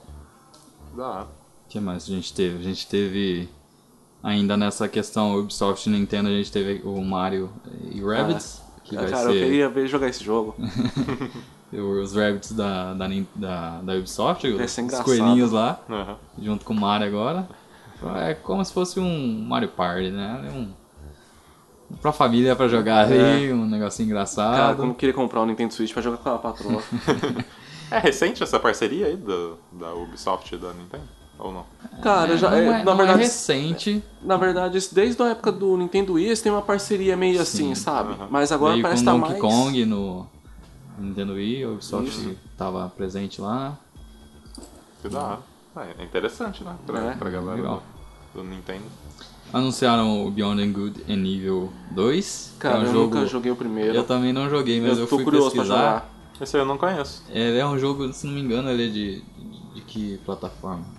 Speaker 1: Que Da hora.
Speaker 2: O que mais a gente teve? A gente teve. Ainda nessa questão Ubisoft e Nintendo, a gente teve o Mario e Rabbids. que vai
Speaker 3: Ah, Cara,
Speaker 2: ser.
Speaker 3: eu queria ver jogar esse jogo.
Speaker 2: Os rabbits da, da, Nin- da, da Ubisoft,
Speaker 3: Deve
Speaker 2: os
Speaker 3: ser engraçado.
Speaker 2: coelhinhos lá,
Speaker 1: Aham.
Speaker 2: junto com o Mario agora. É como se fosse um Mario Party, né? É Um, pra família pra jogar ali, um negocinho
Speaker 3: É. Cara,
Speaker 2: engraçado.
Speaker 3: como eu queria comprar um Nintendo Switch pra jogar com a patroa.
Speaker 1: É recente essa parceria aí do, da Ubisoft e da Nintendo? Ou não?
Speaker 3: Cara, eu já,
Speaker 2: não
Speaker 3: é,
Speaker 2: <laughs> é,
Speaker 3: na
Speaker 2: não é
Speaker 3: verdade,
Speaker 2: recente.
Speaker 3: na verdade, isso desde a época do Nintendo Wii, eles têm uma parceria meio assim, sabe?
Speaker 1: aham.
Speaker 3: Mas agora
Speaker 2: Veio
Speaker 3: parece
Speaker 2: com
Speaker 3: que tá
Speaker 2: Donkey
Speaker 3: mais...
Speaker 2: Kong no Nintendo Wii, o Ubisoft
Speaker 3: Isso.
Speaker 2: tava presente lá.
Speaker 1: Que da
Speaker 2: Hum.
Speaker 1: hora. Ah, É interessante, né? Pra,
Speaker 3: É,
Speaker 1: pra galera
Speaker 2: legal.
Speaker 1: do, do Nintendo.
Speaker 2: Anunciaram o Beyond and Good and Evil 2.
Speaker 3: Cara,
Speaker 2: que é um
Speaker 3: eu
Speaker 2: jogo...
Speaker 3: nunca joguei o primeiro.
Speaker 2: Eu também não joguei, mas eu,
Speaker 3: tô
Speaker 2: fui
Speaker 3: curioso
Speaker 2: pesquisar.
Speaker 3: pra jogar.
Speaker 1: Esse aí eu não conheço.
Speaker 2: Ele é um jogo, se não me engano, ele é de, de, de que plataforma?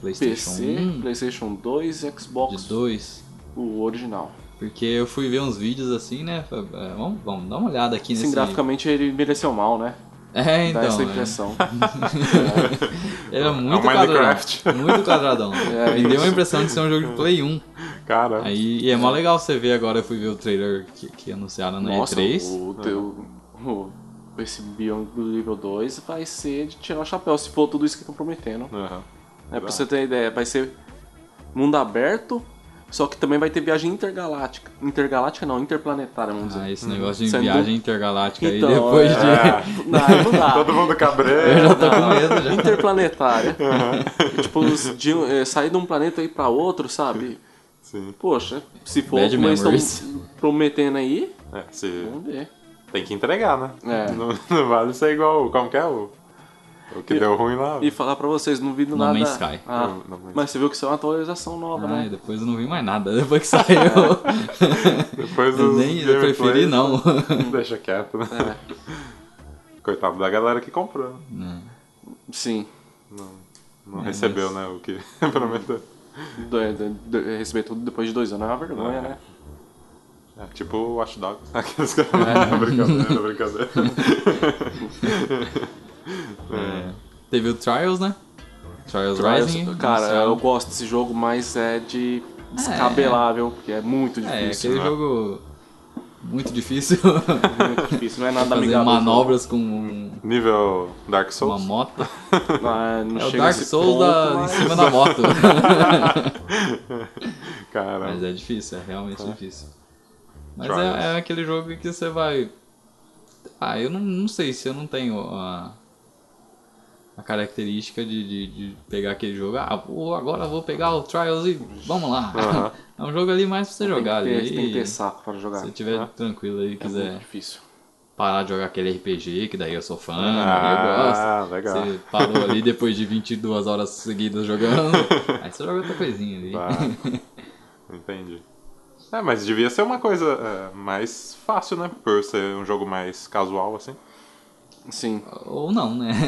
Speaker 2: PlayStation
Speaker 3: PC,
Speaker 2: 1?
Speaker 3: PlayStation 2 e Xbox,
Speaker 2: De 2?
Speaker 3: o original.
Speaker 2: Porque eu fui ver uns vídeos assim, né? Falei, "É, Vamos, vamos dar uma olhada aqui
Speaker 3: Sim,
Speaker 2: nesse...
Speaker 3: graficamente ele envelheceu mal, né?
Speaker 2: É, então.
Speaker 3: Dá
Speaker 2: é.
Speaker 3: essa
Speaker 2: <laughs>
Speaker 3: impressão.
Speaker 2: Ele é muito
Speaker 1: Minecraft.
Speaker 2: quadradão. Muito quadradão.
Speaker 3: <laughs> É,
Speaker 2: Me deu a
Speaker 3: isso.
Speaker 2: impressão de ser um jogo de Play 1.
Speaker 1: Cara,
Speaker 2: Aí, e é mó legal você ver agora, eu fui ver o trailer que, que anunciaram na
Speaker 3: Nossa,
Speaker 2: E3.
Speaker 3: o, teu, o- esse Beyond do nível 2 vai ser de tirar o chapéu, se for tudo isso que estão prometendo.
Speaker 1: Aham.
Speaker 3: É, pra você ter ideia, vai ser mundo aberto, só que também vai ter viagem intergaláctica. Intergaláctica não, interplanetária, vamos dizer.
Speaker 2: Ah, esse negócio de
Speaker 3: Sendo-
Speaker 2: viagem intergaláctica
Speaker 3: é Então,
Speaker 2: aí depois
Speaker 3: é.
Speaker 2: de.
Speaker 3: Não, não dá.
Speaker 1: todo mundo
Speaker 2: Tá. Eu
Speaker 1: cabreiro.
Speaker 2: <laughs> já tô com medo já. <laughs>
Speaker 3: Interplanetária. tipo, os de, é, sair de um planeta e ir pra outro, sabe?
Speaker 1: Sim.
Speaker 3: Poxa, se for
Speaker 2: Bad
Speaker 3: como eles
Speaker 2: memories.
Speaker 3: estão prometendo aí,
Speaker 1: É, se...
Speaker 3: vamos ver.
Speaker 1: Tem que entregar, né?
Speaker 3: É.
Speaker 1: Não, não vale ser igual. Como que é o. O que
Speaker 3: E-
Speaker 1: deu ruim lá?
Speaker 3: E falar pra vocês, não vi do
Speaker 2: No
Speaker 3: nada.
Speaker 2: Man's Sky.
Speaker 1: Tá
Speaker 3: Ah,
Speaker 1: No- no Man's
Speaker 3: mas você viu que isso é uma atualização nova,
Speaker 2: Ai,
Speaker 3: né?
Speaker 2: depois eu não vi mais nada, <laughs> depois que saiu.
Speaker 3: É.
Speaker 1: Depois
Speaker 2: <laughs> Eu
Speaker 1: os
Speaker 2: nem eu
Speaker 1: gameplays-
Speaker 2: preferi não. <laughs>
Speaker 1: <laughs> Deixa quieto, né?
Speaker 2: Ah, é.
Speaker 3: É.
Speaker 1: Coitado da galera que comprou. né?
Speaker 3: Sim.
Speaker 1: Não,
Speaker 2: É
Speaker 1: não recebeu, né? O que <laughs> prometeu.
Speaker 3: Do- é, do- do- receber tudo depois de dois anos é uma vergonha,
Speaker 1: É.
Speaker 3: né?
Speaker 1: É, tipo o Watch Dogs. Aqueles <laughs> caras. Não, brincadeira, brincadeira.
Speaker 2: <laughs> É. Teve o Trials, né? Trials, Rising.
Speaker 3: Cara, é
Speaker 2: anunciaram.
Speaker 3: eu gosto desse jogo, mas é de descabelável, porque é muito
Speaker 2: É,
Speaker 3: difícil.
Speaker 2: aquele
Speaker 1: né?
Speaker 2: jogo muito difícil.
Speaker 3: <laughs> Muito
Speaker 2: <laughs>
Speaker 3: difícil, não é nada
Speaker 2: Fazer
Speaker 3: amigável.
Speaker 2: manobras com um-
Speaker 1: É. Nível Dark
Speaker 2: uma
Speaker 1: Souls. <laughs>
Speaker 3: <laughs>
Speaker 2: moto.
Speaker 3: Ah, não
Speaker 2: É o
Speaker 3: chega a
Speaker 2: Dark
Speaker 3: esse
Speaker 2: Souls
Speaker 3: ponto,
Speaker 2: da-
Speaker 3: mas-
Speaker 2: em cima da
Speaker 3: <laughs>
Speaker 2: moto.
Speaker 1: Cara.
Speaker 2: Mas é difícil, é
Speaker 3: Tá.
Speaker 2: realmente difícil. Mas
Speaker 1: Trials.
Speaker 2: é, é aquele jogo que você vai. Ah, eu não, não sei se eu não tenho a, a característica de, de- de pegar aquele jogo. Ah, vou, agora vou pegar o Trials e vamos lá.
Speaker 1: Aham.
Speaker 2: <laughs> É um jogo ali mais pra você
Speaker 3: Tem que
Speaker 2: jogar
Speaker 3: ter-
Speaker 2: ali.
Speaker 3: Tem que ter saco para jogar.
Speaker 2: se você estiver tranquilo aí e
Speaker 3: É
Speaker 2: quiser
Speaker 3: muito difícil.
Speaker 2: parar de jogar aquele RPG, que daí eu sou fã, né?
Speaker 1: Ah,
Speaker 2: eu gosto.
Speaker 1: legal.
Speaker 2: Você
Speaker 1: <laughs>
Speaker 2: parou ali depois de 22 horas seguidas jogando. aí você joga outra coisinha ali.
Speaker 1: Tá. Entendi. É, mas devia ser uma coisa é, mais fácil, né? Por ser um jogo mais casual, assim.
Speaker 2: <laughs>
Speaker 3: Sim.
Speaker 2: <laughs> Ou não, né?
Speaker 3: <laughs>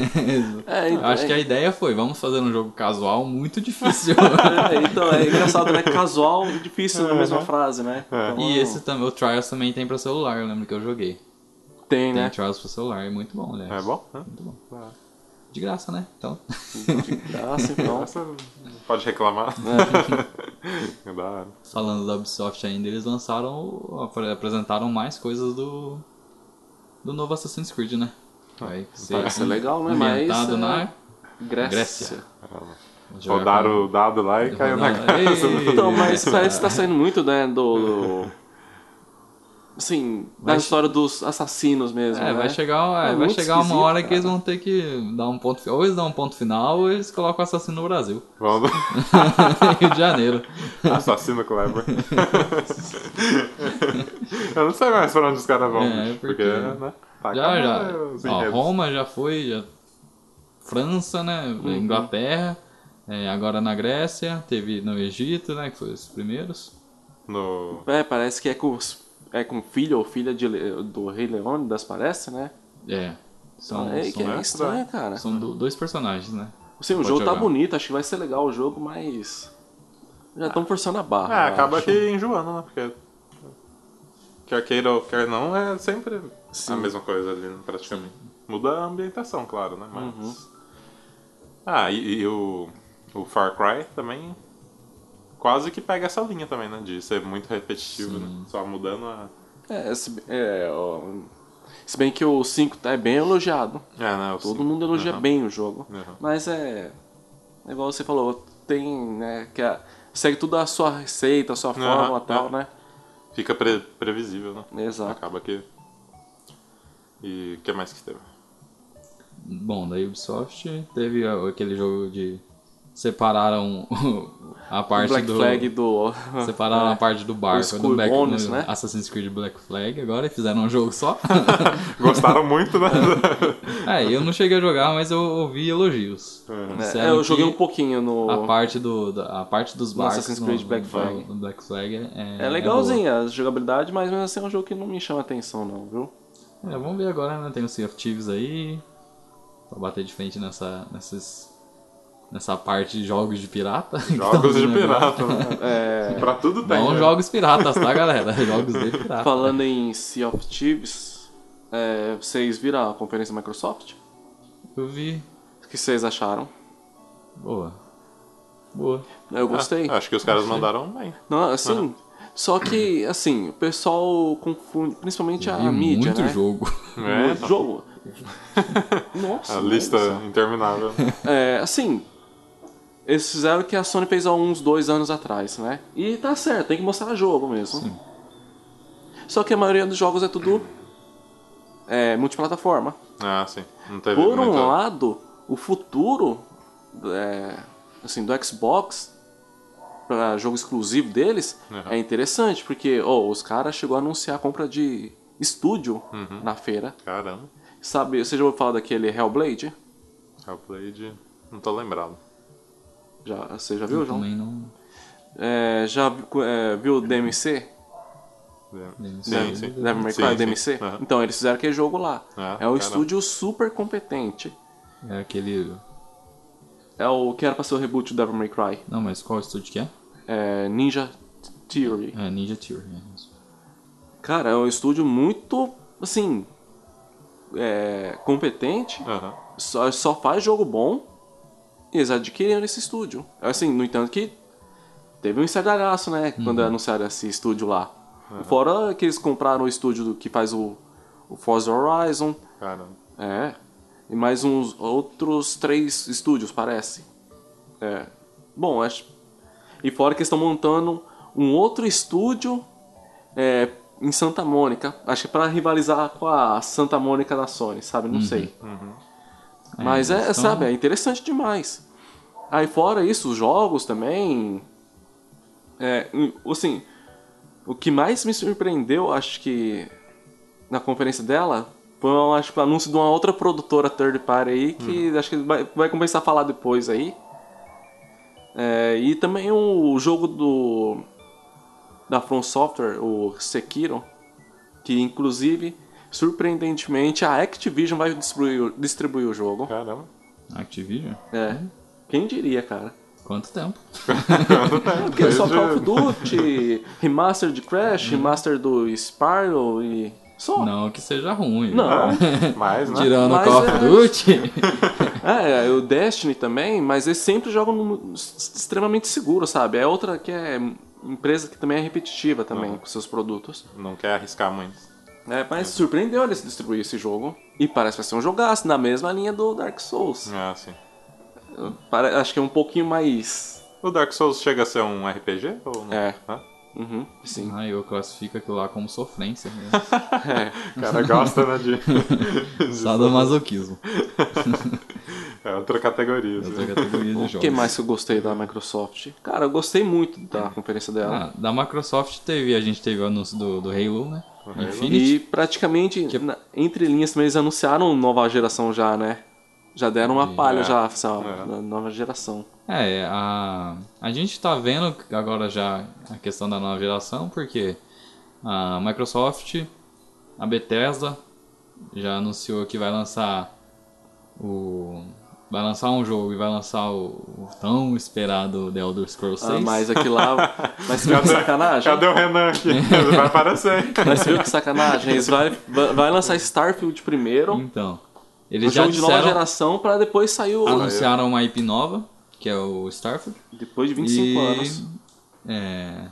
Speaker 3: É,
Speaker 2: Eu
Speaker 3: então,
Speaker 2: acho
Speaker 3: é.
Speaker 2: que a ideia foi, vamos fazer um jogo casual muito
Speaker 1: <laughs>
Speaker 2: difícil.
Speaker 3: É, então, é engraçado, né? Casual e difícil na
Speaker 1: Uhum.
Speaker 3: mesma frase, né?
Speaker 1: É.
Speaker 3: Então,
Speaker 2: e esse também, o Trials também tem pra celular, eu lembro que eu joguei. Tem
Speaker 3: Tem, né?
Speaker 2: Trials pra celular, é muito bom, né?
Speaker 1: É bom? né?
Speaker 2: Muito bom. De graça, né? Então, <laughs>
Speaker 3: Graça, então.
Speaker 1: Nossa, não pode reclamar. É. da hora.
Speaker 2: falando da Ubisoft ainda, eles lançaram, o- apre- apresentaram mais coisas do do novo Assassin's Creed, né? Vai ser
Speaker 3: Ah, Parece legal, né? Mas,
Speaker 2: ambientado
Speaker 3: é,
Speaker 2: na
Speaker 3: Grécia.
Speaker 2: Grécia. Jogar
Speaker 1: Rodaram o dado lá e caiu na
Speaker 2: Rodaram.
Speaker 1: cabeça.
Speaker 2: Ei. É,
Speaker 1: do-
Speaker 3: Então, mas parece que tá saindo muito, né? Do. do- Assim, da
Speaker 2: Mas-
Speaker 3: história dos assassinos mesmo.
Speaker 2: É,
Speaker 3: né?
Speaker 2: vai chegar, é,
Speaker 3: É
Speaker 2: vai
Speaker 3: muito
Speaker 2: chegar uma
Speaker 3: esquisito,
Speaker 2: hora que
Speaker 3: cara.
Speaker 2: eles vão ter que dar um ponto final. Ou eles dão um ponto final, ou eles colocam o assassino no
Speaker 3: <laughs>
Speaker 2: Brasil. <laughs>
Speaker 1: Vamos
Speaker 2: Rio de Janeiro.
Speaker 1: assassino Kleber. Eu não sei mais pra onde os caras vão,
Speaker 2: É,
Speaker 1: bicho, porque,
Speaker 2: porque-
Speaker 1: né?
Speaker 3: Ah,
Speaker 1: Tá
Speaker 2: Já, já.
Speaker 1: acabando os
Speaker 2: Ó,
Speaker 1: enredos.
Speaker 2: Roma já foi, já... França, né?
Speaker 3: Uhum.
Speaker 2: Inglaterra. é, agora na Grécia, teve no Egito, né? Que foi os primeiros.
Speaker 1: No...
Speaker 3: É, parece que é com, os- é com filho ou filha de Le- do Rei Leônidas, parece, né?
Speaker 2: É. São,
Speaker 3: é, que
Speaker 2: são,
Speaker 3: é estranho, cara.
Speaker 2: são do- dois personagens, né?
Speaker 3: Assim, o
Speaker 2: Pode
Speaker 3: jogo tá
Speaker 2: jogar.
Speaker 3: bonito, acho que vai ser legal o jogo, mas. Já estão forçando a barra.
Speaker 1: Ah,
Speaker 3: eu
Speaker 1: acaba
Speaker 3: acho.
Speaker 1: que enjoando, né? Porque quer queira ou quer não, é sempre a
Speaker 3: Sim.
Speaker 1: mesma coisa ali, né, praticamente. Muda a ambientação, claro, né? Mas... Ah, e, e o, o Far Cry também quase que pega essa linha também, né? De ser muito repetitivo, né? Só mudando a...
Speaker 3: É, se- é, ó, Se bem que o 5 tá- é bem elogiado.
Speaker 1: É, né? o
Speaker 3: Todo
Speaker 1: cinco.
Speaker 3: mundo elogia
Speaker 1: Aham.
Speaker 3: bem o jogo.
Speaker 1: Aham.
Speaker 3: Mas é. é Igual você falou, tem, né? Que a- segue tudo a sua receita, a sua fórmula e tal,
Speaker 1: é.
Speaker 3: né?
Speaker 1: Fica pre- previsível, né?
Speaker 3: Exato.
Speaker 1: Acaba que. E o que é mais que teve?
Speaker 2: Bom, da Ubisoft teve a- aquele jogo de. Separaram <laughs> a
Speaker 3: O
Speaker 2: parte
Speaker 3: Black
Speaker 2: do. <laughs>
Speaker 3: Flag ah, é. do.
Speaker 2: Separaram a parte do barco
Speaker 3: Skull
Speaker 2: do Black,
Speaker 3: Bones,
Speaker 2: no
Speaker 3: né?
Speaker 2: Assassin's Creed Black Flag agora e fizeram um jogo só. <laughs>
Speaker 1: Gostaram muito, né?
Speaker 3: <laughs>
Speaker 2: é, eu não cheguei a jogar, mas eu ouvi elogios.
Speaker 3: <laughs> É,
Speaker 2: Disseram
Speaker 3: eu joguei
Speaker 2: que
Speaker 3: um pouquinho no.
Speaker 2: A parte, do, da- a parte dos barcos
Speaker 3: Assassin's Creed
Speaker 2: no-
Speaker 3: Black
Speaker 2: no-
Speaker 3: Flag.
Speaker 2: no Black Flag é,
Speaker 3: É legalzinha a jogabilidade, mas mesmo assim é um jogo que não me chama atenção, não, viu?
Speaker 2: boa. É, vamos ver agora, né? Tem o Sea of Thieves aí. Pra bater de frente nessa, nessas, nessa parte de jogos de pirata.
Speaker 3: <laughs>
Speaker 2: que
Speaker 1: Jogos
Speaker 2: tão
Speaker 1: de
Speaker 2: no
Speaker 1: pirata, né?
Speaker 2: Hum.
Speaker 3: É,
Speaker 1: Pra tudo tem.
Speaker 2: Não
Speaker 1: né?
Speaker 2: jogos piratas, tá, galera? <laughs> jogos de pirata.
Speaker 3: falando em Sea of Thieves, é, vocês viram a conferência da Microsoft?
Speaker 2: Eu vi.
Speaker 3: O que vocês acharam?
Speaker 2: Boa. Boa.
Speaker 3: Eu
Speaker 1: Ah,
Speaker 3: gostei.
Speaker 1: acho que os caras mandaram bem.
Speaker 2: ah.
Speaker 3: Não, assim. Só que, assim, o pessoal confunde, principalmente a
Speaker 2: Vi
Speaker 3: mídia,
Speaker 2: muito
Speaker 3: né?
Speaker 2: jogo.
Speaker 1: É,
Speaker 3: Muito jogo. tá. <laughs> Nossa.
Speaker 1: a
Speaker 3: velho
Speaker 1: lista
Speaker 3: do céu. <laughs>
Speaker 1: interminável.
Speaker 3: É, assim. Eles fizeram o que a Sony fez há uns dois anos atrás, né? E tá certo, tem que mostrar jogo mesmo.
Speaker 2: Sim.
Speaker 3: Só que a maioria dos jogos é tudo. É, multiplataforma.
Speaker 1: Ah, sim. Não teve
Speaker 3: Por um
Speaker 1: muita-
Speaker 3: lado, o futuro é, assim, do Xbox para jogo exclusivo deles
Speaker 1: Uhum.
Speaker 3: é interessante, porque ó, os caras chegou a anunciar a compra de estúdio na feira.
Speaker 1: Caramba.
Speaker 3: Sabe, você já ouviu falar daquele Hellblade?
Speaker 1: Hellblade. Não tô lembrado.
Speaker 3: Já, você já
Speaker 2: <laughs>
Speaker 3: viu, João?
Speaker 2: Também não.
Speaker 3: É, já vi- é, viu o DMC?
Speaker 1: Sim,
Speaker 2: Devil-
Speaker 1: sim. sim.
Speaker 3: Devil May Cry,
Speaker 1: sim.
Speaker 3: DMC?
Speaker 1: Aham.
Speaker 3: Então, eles fizeram aquele jogo lá.
Speaker 1: Ah,
Speaker 3: é um
Speaker 1: caramba.
Speaker 3: estúdio super competente.
Speaker 2: É aquele.
Speaker 3: É o que era pra ser o reboot do Devil May Cry.
Speaker 2: Não, mas qual estúdio que é?
Speaker 3: É Ninja Theory.
Speaker 2: É Ninja Theory. é isso.
Speaker 3: Cara, é um estúdio muito, assim, é, competente,
Speaker 1: Aham.
Speaker 3: só, só faz jogo bom e eles adquiriram esse estúdio. Assim, no entanto que teve um estardalhaço, né, quando anunciaram esse estúdio lá. Fora que eles compraram o estúdio do- que faz o, o Forza Horizon,
Speaker 1: Caramba.
Speaker 3: é, e mais uns outros três estúdios, parece. É, bom, acho... E fora que eles estão montando um outro estúdio é, em Santa Mônica. Acho que para rivalizar com a Santa Mônica da Sony, sabe? Não sei. Mas
Speaker 2: É,
Speaker 3: é,
Speaker 2: eles tão-
Speaker 3: sabe, é interessante demais. Aí fora isso, os jogos também. É, hum, assim, o que mais me surpreendeu, acho que na conferência dela, foi eu acho, que, o anúncio de uma outra produtora third party aí, que acho que vai, vai começar a falar depois aí. É, e também o jogo do da From Software, o Sekiro, que inclusive, surpreendentemente, a Activision vai distribuir, o- distribuir o jogo.
Speaker 1: Caramba.
Speaker 2: Activision?
Speaker 3: É. Quem diria, cara?
Speaker 2: Quanto tempo?
Speaker 3: É, Porque só
Speaker 1: Desde-
Speaker 3: Call of <laughs> Duty, remaster de Crash, remaster do Spyro e. Só.
Speaker 2: Não que seja ruim.
Speaker 3: Não.
Speaker 1: Mas, né?
Speaker 2: <laughs> Tirando o
Speaker 3: Mas
Speaker 2: Call of
Speaker 3: é-
Speaker 2: Duty. <laughs>
Speaker 3: É, o Destiny também, mas eles sempre jogam num- s- extremamente seguro, sabe? É outra que é empresa que também é repetitiva também com seus produtos.
Speaker 1: Não quer arriscar muito.
Speaker 3: É, mas surpreendeu eles distribuir esse jogo. E parece que vai ser um jogaço, na mesma linha do Dark Souls.
Speaker 1: Ah, sim.
Speaker 3: Pare- acho que é um pouquinho mais.
Speaker 1: O Dark Souls chega a ser um RPG ou não?
Speaker 3: É.
Speaker 1: Hã?
Speaker 3: Uhum, sim.
Speaker 2: ah, eu classifico aquilo lá como sofrência né? mesmo.
Speaker 3: <laughs>
Speaker 1: O cara gosta, né? De... de-
Speaker 2: Sadomasoquismo.
Speaker 1: <laughs> É outra categoria. assim.
Speaker 2: Outra categoria de
Speaker 3: O
Speaker 2: jogos.
Speaker 3: que mais que eu gostei da Microsoft? Cara, eu gostei muito da conferência
Speaker 2: Ah,
Speaker 3: dela.
Speaker 2: da Microsoft teve, a gente teve o anúncio do, do Halo, né?
Speaker 1: Halo.
Speaker 2: Infinity.
Speaker 3: E praticamente,
Speaker 2: Que-
Speaker 3: na- entre linhas, também eles anunciaram nova geração já, né? Já deram uma palha
Speaker 1: É.
Speaker 3: já, assim, ó,
Speaker 1: É.
Speaker 3: da nova geração.
Speaker 2: É, a, a gente tá vendo agora já a questão da nova geração, porque a Microsoft, a Bethesda, já anunciou que vai lançar o... Vai lançar um jogo e vai lançar o, o tão esperado The Elder Scrolls 6.
Speaker 3: Ah, mas
Speaker 1: <laughs>
Speaker 3: aqui lá. Mas você viu que sacanagem?
Speaker 1: Cadê o Renan
Speaker 3: <laughs>
Speaker 1: aqui? Ele vai aparecer.
Speaker 3: Mas você viu que sacanagem? Eles vai, vai vai lançar Starfield
Speaker 1: Hum,
Speaker 3: primeiro,
Speaker 2: Então,
Speaker 3: é um
Speaker 2: eles já
Speaker 3: jogo de nova
Speaker 2: disseram,
Speaker 3: geração, pra depois sair o.
Speaker 1: Ah.
Speaker 2: anunciaram uma IP nova, que é o Starfield.
Speaker 3: Depois de 25
Speaker 2: e,
Speaker 3: anos.
Speaker 2: É,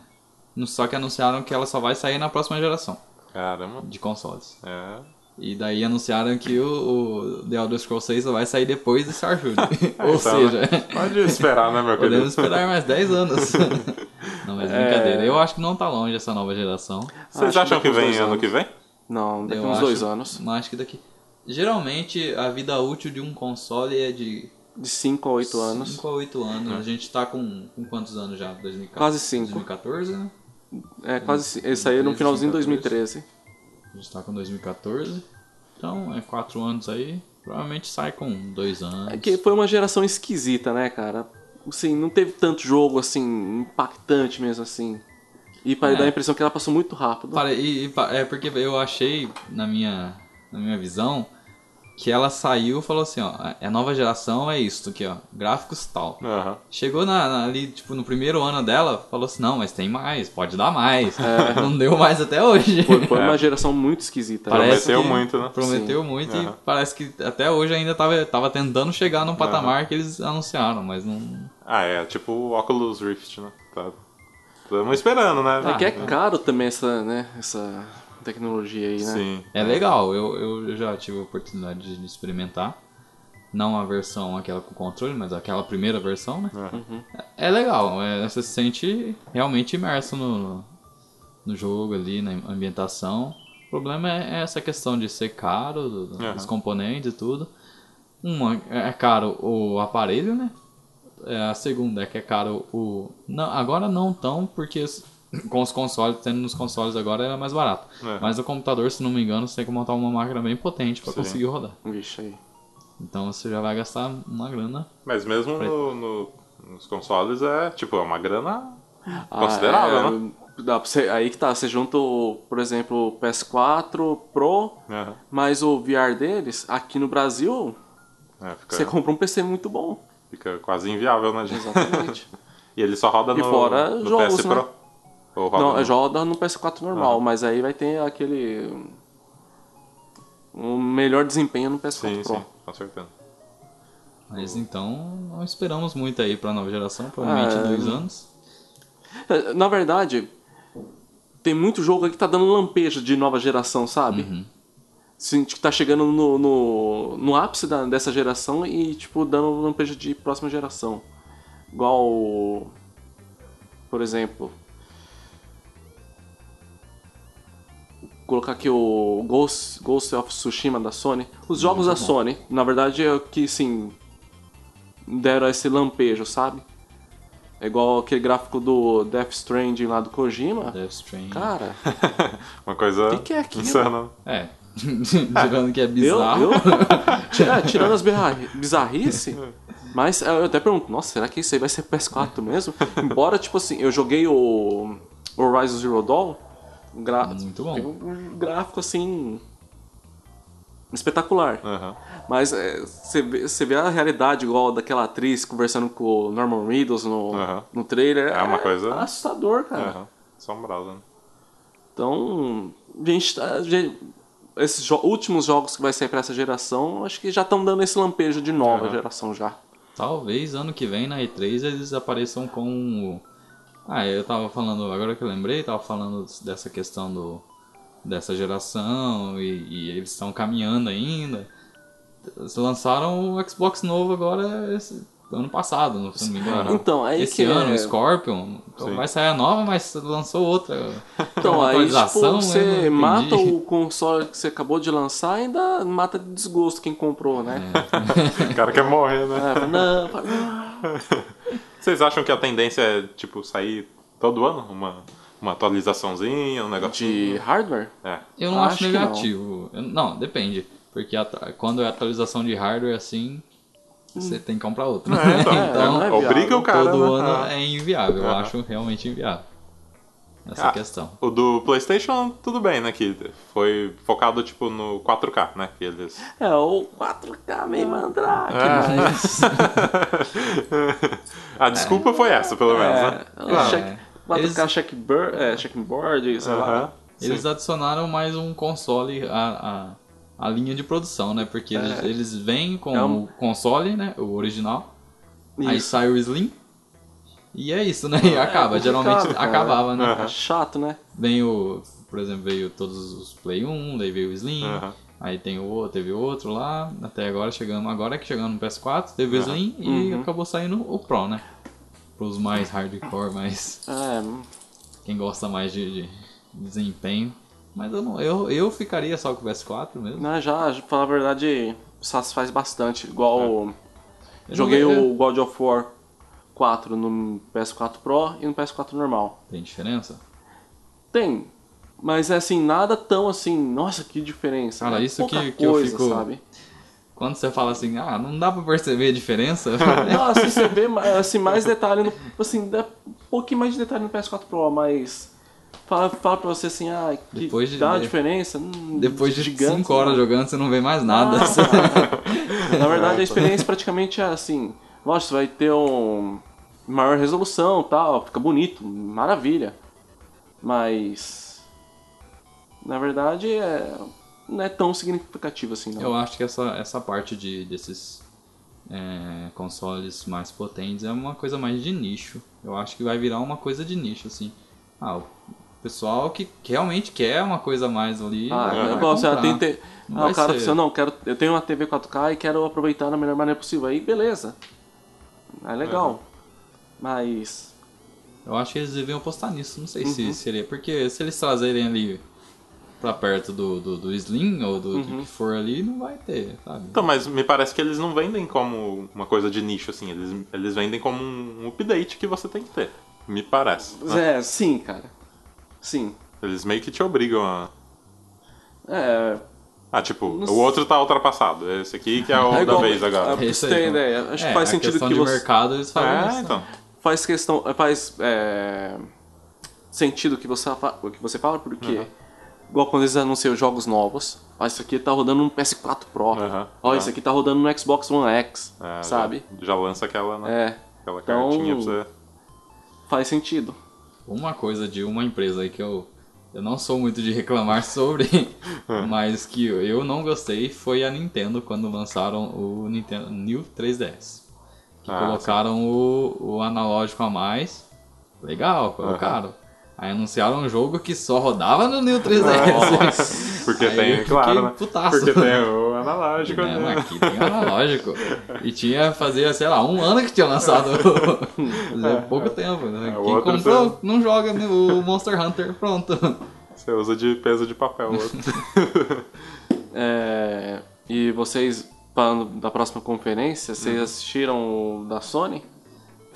Speaker 2: só que anunciaram que ela só vai sair na próxima geração
Speaker 1: Caramba.
Speaker 2: de consoles.
Speaker 1: É.
Speaker 2: E daí anunciaram que o, o The Elder Scrolls 6 vai sair depois de
Speaker 3: <laughs>
Speaker 2: Starfield. Ou
Speaker 1: Então,
Speaker 2: seja,
Speaker 1: né?
Speaker 2: <laughs>
Speaker 1: Pode esperar, né, meu querido?
Speaker 2: podemos esperar mais 10
Speaker 3: <laughs>
Speaker 2: anos. não, mas brincadeira.
Speaker 3: É.
Speaker 2: Eu acho que não tá longe essa nova geração.
Speaker 1: Vocês
Speaker 3: Acho
Speaker 1: acham que
Speaker 3: daqui uns
Speaker 1: vem
Speaker 3: dois
Speaker 1: ano
Speaker 3: anos.
Speaker 1: que vem?
Speaker 3: Não, daqui
Speaker 2: Eu
Speaker 3: uns
Speaker 2: acho-
Speaker 3: dois anos.
Speaker 2: Mas acho que daqui... Geralmente, a vida útil de um console é de
Speaker 3: De 5 a 8 anos. Uhum.
Speaker 2: 5 a 8 anos. A gente tá com, com quantos anos já? 2014?
Speaker 3: Quase cinco.
Speaker 2: 2014, né?
Speaker 3: É, quase. ci- Ele saiu no
Speaker 2: 13,
Speaker 3: finalzinho de
Speaker 2: 14.
Speaker 3: 2013.
Speaker 2: A gente tá com 2014. Então, é 4 anos aí. Provavelmente sai com 2 anos.
Speaker 3: É que foi uma geração esquisita, né, cara? Assim, não teve tanto jogo, assim, impactante mesmo, assim. E para
Speaker 2: É.
Speaker 3: dar a impressão que ela passou muito rápido.
Speaker 2: Para- e- e pa- é porque eu achei, na minha, na minha visão, que ela saiu e falou assim, ó, a nova geração é isso aqui, ó, gráficos tal.
Speaker 1: Aham.
Speaker 2: Chegou na- na- ali, tipo, no primeiro ano dela, falou assim, não, mas tem mais, pode dar mais. <laughs> Não deu mais até hoje.
Speaker 3: É. Foi,
Speaker 2: <laughs>
Speaker 1: <laughs>
Speaker 3: foi
Speaker 1: É.
Speaker 3: uma geração muito esquisita.
Speaker 1: Parece- Prometeu
Speaker 2: que-
Speaker 1: muito, né?
Speaker 2: Prometeu muito e
Speaker 1: Aham.
Speaker 2: parece que até hoje ainda tava, tava tentando chegar num patamar que eles anunciaram, mas não...
Speaker 1: Ah, é, tipo o Oculus Rift, né? Tá. Estamos esperando, né?
Speaker 3: É que é caro também essa, né, essa tecnologia aí, né?
Speaker 1: Sim.
Speaker 2: É legal, eu, eu já tive a oportunidade de experimentar. Não a versão aquela com controle, mas aquela primeira versão, né?
Speaker 3: Uhum.
Speaker 1: Aham.
Speaker 2: É legal, é, você se sente realmente imerso no, no jogo ali, na ambientação. O problema é essa questão de ser caro, do- do-
Speaker 1: Aham.
Speaker 2: dos componentes e tudo. Uma, é caro o aparelho, né? É, a segunda é que é caro o... Não, agora não tão, porque s- com os consoles, tendo nos consoles agora era mais barato.
Speaker 1: Aham.
Speaker 2: Mas o computador, se não me engano, você tem que montar uma máquina bem potente para
Speaker 1: É. Sim.
Speaker 2: conseguir rodar.
Speaker 3: Vixe Um aí.
Speaker 2: Então você já vai gastar uma grana
Speaker 1: Mas mesmo no- no- nos consoles é, tipo, é uma grana
Speaker 3: Ah,
Speaker 1: considerável,
Speaker 3: é,
Speaker 1: né?
Speaker 3: Dá pra você, aí que tá, você junta, o, por exemplo, o PS4 Pro,
Speaker 1: Aham.
Speaker 3: mas o VR deles, aqui no Brasil,
Speaker 1: É, fica,
Speaker 3: você compra um PC muito bom.
Speaker 1: fica quase inviável, né, gente? <laughs>
Speaker 3: Exatamente.
Speaker 1: E ele só roda
Speaker 3: E
Speaker 1: no,
Speaker 3: fora
Speaker 1: no
Speaker 3: jogos,
Speaker 1: PS
Speaker 3: né?
Speaker 1: Pro? Ou roda
Speaker 3: Não, é
Speaker 1: no-
Speaker 3: joga no PS4 normal,
Speaker 1: Ah.
Speaker 3: mas aí vai ter aquele. Um melhor desempenho no PS4
Speaker 1: Sim,
Speaker 3: Pro.
Speaker 1: sim, com certeza.
Speaker 2: Mas então não esperamos muito aí pra nova geração, provavelmente
Speaker 3: Ah,
Speaker 2: dois anos.
Speaker 3: É, Na verdade, tem muito jogo aqui que tá dando lampejo de nova geração, sabe? Sim, tipo, tá chegando no, no, no ápice da- dessa geração e, tipo, dando lampejo de próxima geração. Igual. o- Por exemplo. Vou Colocar aqui o Ghost, Ghost of Tsushima da Sony. Os jogos da
Speaker 2: bom.
Speaker 3: Sony, na verdade, é o que, sim. Deram esse lampejo, sabe? É igual aquele gráfico do Death Stranding lá do Kojima.
Speaker 2: Death Stranding.
Speaker 3: Cara,
Speaker 1: Uma coisa
Speaker 3: Que que é aquilo?
Speaker 1: insana.
Speaker 2: É. <laughs> Tirando que é
Speaker 3: eu.
Speaker 2: bizarro.
Speaker 3: <laughs> eu é, tirando as bizarri- bizarrice. Mas é, eu até pergunto, nossa, será que isso aí vai ser PS4 mesmo? Embora, tipo assim, eu joguei o o Horizon Zero Dawn. um gra-
Speaker 2: Muito bom.
Speaker 3: tem Um gráfico assim. espetacular.
Speaker 1: Aham.
Speaker 3: Mas é, você vê, você vê a realidade igual daquela atriz conversando com o Norman Reedus no,
Speaker 1: Aham.
Speaker 3: no trailer.
Speaker 1: É uma coisa-
Speaker 3: assustador, cara.
Speaker 1: Aham. Assombrosa, É, né?
Speaker 3: Então, gente, tá- gente- esses jo- últimos jogos que vai sair pra essa geração, acho que já estão dando esse lampejo de nova
Speaker 1: Aham.
Speaker 3: geração já.
Speaker 2: Talvez ano que vem na E3 eles apareçam com o. Ah, eu tava falando, agora que eu lembrei, tava falando dessa questão do dessa geração e, e eles estão caminhando ainda. Eles lançaram o Xbox novo agora esse- ano passado, se não me engano.
Speaker 3: Então, aí
Speaker 2: Esse
Speaker 3: que
Speaker 2: ano,
Speaker 3: é-
Speaker 2: o Scorpion,
Speaker 1: Sim.
Speaker 2: vai sair a nova, mas lançou outra.
Speaker 3: Então,
Speaker 2: Uma
Speaker 3: aí tipo,
Speaker 2: atualização, eu não
Speaker 3: você
Speaker 2: entendi.
Speaker 3: mata o console que você acabou de lançar ainda mata de desgosto quem comprou, né?
Speaker 2: É.
Speaker 1: O cara quer morrer, né?
Speaker 3: É, fala, não, fala, "Ah".
Speaker 1: Vocês acham que a tendência é, tipo, sair todo ano? Uma, uma atualizaçãozinha, um negócio.
Speaker 3: de hardware?
Speaker 1: É.
Speaker 2: Eu não
Speaker 3: Acho
Speaker 2: acho
Speaker 3: que não.
Speaker 2: negativo. Eu- Não. depende. Porque atra- quando é atualização de hardware assim, você tem que comprar outro.
Speaker 1: Hum. É,
Speaker 2: <laughs>
Speaker 3: <laughs>
Speaker 1: então,
Speaker 3: Então,
Speaker 1: é, obriga o cara.
Speaker 2: Todo
Speaker 1: né?
Speaker 2: ano
Speaker 1: Ah.
Speaker 2: é inviável. Eu
Speaker 1: Aham.
Speaker 2: acho realmente inviável. Essa
Speaker 1: Ah.
Speaker 2: questão.
Speaker 1: O do PlayStation, tudo bem, né? Que foi focado, tipo, no 4K, né? Que eles.
Speaker 3: É, o 4K meio mandrake,
Speaker 1: <laughs>
Speaker 3: mas...
Speaker 1: a desculpa foi essa, pelo menos, né?
Speaker 3: É, o
Speaker 2: É.
Speaker 3: check- 4K checkboard, é, checkboard, sei lá.
Speaker 1: Aham. Sim.
Speaker 2: Eles adicionaram mais um console à, à, à linha de produção, né? Porque
Speaker 1: É.
Speaker 2: eles, eles vêm com
Speaker 3: É um-
Speaker 2: o console, né? O original. Aí
Speaker 3: Isso.
Speaker 2: sai o Slim. E é isso, né? E acaba.
Speaker 3: complicado,
Speaker 2: Geralmente
Speaker 3: cara.
Speaker 2: acabava, né?
Speaker 1: Aham.
Speaker 3: Chato, né?
Speaker 2: Vem o. Por exemplo, veio todos os Play 1, daí veio o Slim.
Speaker 1: Aham.
Speaker 2: Aí tem o, teve outro lá, até agora chegando, agora é que chegando no PS4, teve o Slim e acabou saindo o Pro, né? Pros mais hardcore, mais
Speaker 3: É,
Speaker 2: quem gosta mais de, de desempenho. Mas eu não, eu, eu ficaria só com o PS4 mesmo.
Speaker 3: né, já, já, pra falar a verdade, satisfaz bastante.
Speaker 2: Ah.
Speaker 3: Igual.
Speaker 2: Eu
Speaker 3: Joguei
Speaker 2: não-
Speaker 3: o God of War 4 no PS4 Pro e no PS4 normal.
Speaker 2: Tem diferença?
Speaker 3: Tem, mas é assim, nada tão assim, nossa, que diferença.
Speaker 2: Cara,
Speaker 3: É
Speaker 2: isso que-
Speaker 3: pouca
Speaker 2: que eu
Speaker 3: coisa,
Speaker 2: fico-
Speaker 3: sabe?
Speaker 2: Quando você fala assim, ah, não dá pra perceber a diferença. <laughs>
Speaker 3: Não, assim, você vê assim, mais detalhe no. Assim, dá um pouquinho mais de detalhe no PS4 Pro, mas. Fala, fala pra você assim, ah, que
Speaker 2: Depois de-
Speaker 3: dá uma diferença? Hum,
Speaker 2: Depois de
Speaker 3: gigante, né?
Speaker 2: 5 horas
Speaker 3: não.
Speaker 2: jogando, você não vê mais nada. <laughs>
Speaker 3: Na verdade, a experiência praticamente é assim. Lógico, você vai ter um maior resolução tal, fica bonito, maravilha. Mas. Na verdade, é, não é tão significativo assim, não.
Speaker 2: Eu acho que essa, essa parte de, desses é, consoles mais potentes é uma coisa mais de nicho. Eu acho que vai virar uma coisa de nicho, assim. Ah, o pessoal que, que realmente quer uma coisa a mais ali.
Speaker 3: Ah,
Speaker 2: vai
Speaker 3: eu posso, ah,
Speaker 2: comprar.
Speaker 3: tem te-
Speaker 2: Não
Speaker 3: Ah,
Speaker 2: vai
Speaker 3: o cara
Speaker 2: ser-
Speaker 3: disse, não, quero, eu tenho uma TV 4K e quero aproveitar da melhor maneira possível. Aí, beleza. Aí, legal. Mas...
Speaker 2: Eu acho que eles deviam apostar nisso, não sei
Speaker 3: Uhum.
Speaker 2: se seria. Porque se eles trazerem ali pra perto do, do, do Slim ou do,
Speaker 3: Uhum.
Speaker 2: do que for ali, não vai ter, sabe?
Speaker 1: Então, mas me parece que eles não vendem como uma coisa de nicho, assim. Eles, eles vendem como um, um update que você tem que ter. Me parece. né?
Speaker 2: Ah.
Speaker 3: É, sim, cara. Sim.
Speaker 1: Eles meio que te obrigam a.
Speaker 3: É,
Speaker 1: Ah, tipo,
Speaker 3: Não
Speaker 1: o outro tá ultrapassado. Esse aqui que é o
Speaker 3: É
Speaker 1: da
Speaker 3: igual-
Speaker 1: vez agora.
Speaker 3: Ah, pra você ter ideia, acho que faz
Speaker 2: então. É, a
Speaker 3: sentido
Speaker 2: questão
Speaker 3: que
Speaker 2: de
Speaker 3: você-
Speaker 2: mercado eles fazem isso,
Speaker 1: É,
Speaker 2: né?
Speaker 1: então.
Speaker 3: faz questão faz é, sentido o que você fa- o que você fala porque igual quando eles anunciam jogos novos ó, isso aqui tá rodando no PS4 Pro
Speaker 1: Aham.
Speaker 3: ó
Speaker 1: Ah.
Speaker 3: isso aqui tá rodando no Xbox One X
Speaker 1: É, já-
Speaker 3: sabe
Speaker 1: Já, lança aquela, né?
Speaker 3: é
Speaker 1: Aquela
Speaker 3: Então-
Speaker 1: cartinha pra você.
Speaker 3: faz sentido
Speaker 2: Uma coisa de uma empresa aí que eu, eu não sou muito de reclamar <laughs> sobre,
Speaker 1: Ah.
Speaker 2: mas que eu não gostei foi a Nintendo quando lançaram o Nintendo New 3DS. Que
Speaker 1: Ah,
Speaker 2: colocaram o, o analógico a mais. Legal, colocaram. Aí anunciaram um jogo que só rodava no New <laughs> 3DS.
Speaker 1: Porque
Speaker 2: Aí eu
Speaker 1: tem,
Speaker 2: fiquei
Speaker 1: claro, né?
Speaker 2: putaço. É,
Speaker 1: Porque tem o analógico,
Speaker 2: Não,
Speaker 1: né?
Speaker 2: aqui tem analógico. E tinha, fazia, sei lá, um ano que
Speaker 1: <laughs>
Speaker 2: tinha lançado. <laughs> Fazia pouco tempo. Né?
Speaker 1: É, o
Speaker 2: Quem
Speaker 1: outro
Speaker 2: comprou não joga né? o Monster Hunter, pronto.
Speaker 1: Você usa de peso de papel. o
Speaker 2: <laughs>
Speaker 1: outro.
Speaker 3: É, e vocês falando da próxima conferência vocês
Speaker 1: Uhum.
Speaker 3: assistiram o da Sony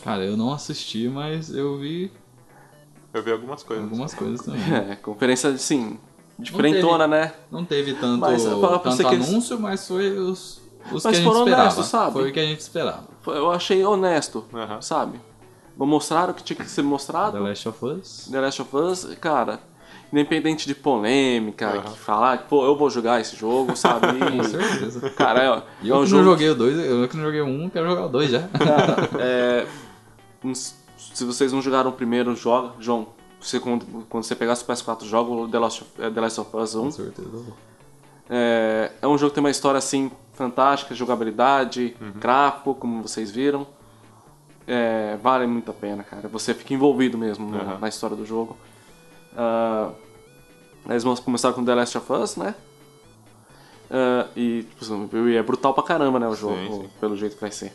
Speaker 2: Cara, eu não assisti, mas eu vi
Speaker 1: Eu vi algumas coisas.
Speaker 2: algumas coisas
Speaker 1: Uhum.
Speaker 2: também.
Speaker 3: é, conferência assim diferentona né
Speaker 2: Não teve tanto,
Speaker 3: Mas eu falo pra
Speaker 2: tanto
Speaker 3: você que eles-
Speaker 2: anúncio, mas foi os, os
Speaker 3: Mas
Speaker 2: que a gente
Speaker 3: foram
Speaker 2: esperava.
Speaker 3: honestos, sabe?
Speaker 2: Foi o que a gente esperava.
Speaker 3: eu achei honesto
Speaker 1: Aham.
Speaker 3: sabe mostraram o que tinha que ser mostrado
Speaker 2: The Last of Us.
Speaker 3: The Last of Us, cara, independente de polêmica,
Speaker 1: Aham.
Speaker 3: que falar que, pô, eu vou jogar esse jogo, sabe?
Speaker 2: <laughs> Com
Speaker 3: <laughs>
Speaker 2: certeza.
Speaker 3: cara, é,
Speaker 2: E
Speaker 3: Hum.
Speaker 2: eu
Speaker 3: é um
Speaker 2: que
Speaker 3: jogo.
Speaker 2: não joguei o 2, eu que não joguei o 1, um, quero jogar o 2
Speaker 3: <laughs>
Speaker 2: já.
Speaker 3: Cara, é, uns- se vocês não jogaram o primeiro, joga, João. Você, quando, quando você pegar o PS4, joga o The Last of, é, The Last of Us 1.
Speaker 2: Com certeza.
Speaker 3: É, é um jogo que tem uma história assim fantástica, jogabilidade,
Speaker 2: Uhum.
Speaker 3: gráfico, como vocês viram. É, vale muito a pena, cara. Você fica envolvido mesmo no-
Speaker 2: Uhum.
Speaker 1: Aham.
Speaker 3: na história do jogo. Ah, eles vão começar com The Last of Us, né? Ah, e, tipo, assim, e é brutal pra caramba, né? O jogo,
Speaker 1: sim.
Speaker 3: pelo jeito que vai ser.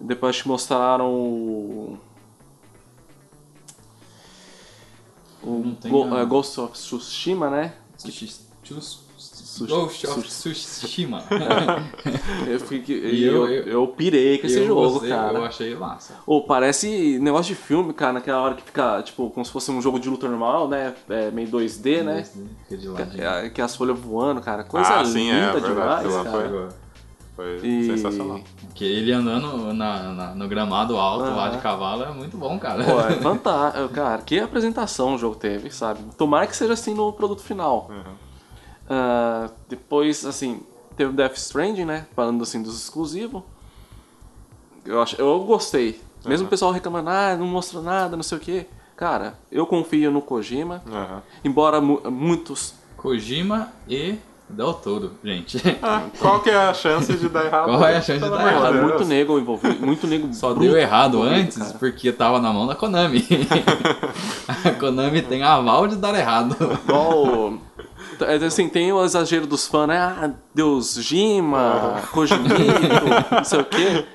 Speaker 3: Depois te mostraram o. O
Speaker 2: Não tem
Speaker 3: Go-
Speaker 2: nada.
Speaker 3: é, Ghost of Tsushima, né?
Speaker 2: Sushi. Ghost of Tsushima.
Speaker 3: Eu, fiquei,
Speaker 2: E
Speaker 3: eu,
Speaker 2: eu-
Speaker 3: eu, pirei com <laughs> esse
Speaker 2: <laughs> Eu
Speaker 3: jogo,
Speaker 2: gostei,
Speaker 3: cara.
Speaker 2: Eu achei massa.
Speaker 3: Ô, parece negócio de filme, cara, naquela hora que fica, tipo, como se fosse um jogo de luta normal, né? É, meio 2D, né?
Speaker 2: Fica de
Speaker 3: Que,
Speaker 2: ladinho.
Speaker 3: é, que as folhas voando, cara. Coisa
Speaker 1: Ah,
Speaker 3: linda
Speaker 1: sim, é, verdade,
Speaker 3: demais,
Speaker 1: sei lá,
Speaker 3: cara.
Speaker 1: Foi
Speaker 3: E-
Speaker 1: sensacional.
Speaker 2: Que ele andando na, na- no gramado alto lá
Speaker 3: Aham.
Speaker 2: de cavalo é muito bom, cara.
Speaker 3: Pô,
Speaker 2: <laughs>
Speaker 3: é fantástico, cara. Que apresentação o jogo teve, sabe? Tomara que seja assim no produto final.
Speaker 1: Uhum.
Speaker 3: Ah, depois, assim, teve o Death Stranding, né? Falando assim dos exclusivos. Eu, acho, eu gostei.
Speaker 1: Uhum.
Speaker 3: Mesmo o pessoal reclamando, ah, não mostrou nada, não sei o quê. Cara, eu confio no Kojima.
Speaker 1: Aham.
Speaker 3: Embora mu- muitos.
Speaker 2: Kojima e Del Toro, gente.
Speaker 1: Ah, qual que é a chance de
Speaker 2: <laughs>
Speaker 1: dar errado?
Speaker 2: Qual é a chance de
Speaker 1: Pelo
Speaker 2: dar
Speaker 1: amor
Speaker 2: errado?
Speaker 3: Cara,
Speaker 1: Deus.
Speaker 3: muito nego envolvido. Muito nego.
Speaker 2: Só
Speaker 3: bruto
Speaker 2: deu errado
Speaker 3: envolvido,
Speaker 2: antes
Speaker 3: cara.
Speaker 2: porque tava na mão da
Speaker 3: <laughs>
Speaker 2: Konami. a Konami tem aval de dar errado.
Speaker 3: Igual. É, assim, tem o exagero dos fãs, né? Ah, Deus Gima, Kojimito, não sei o quê.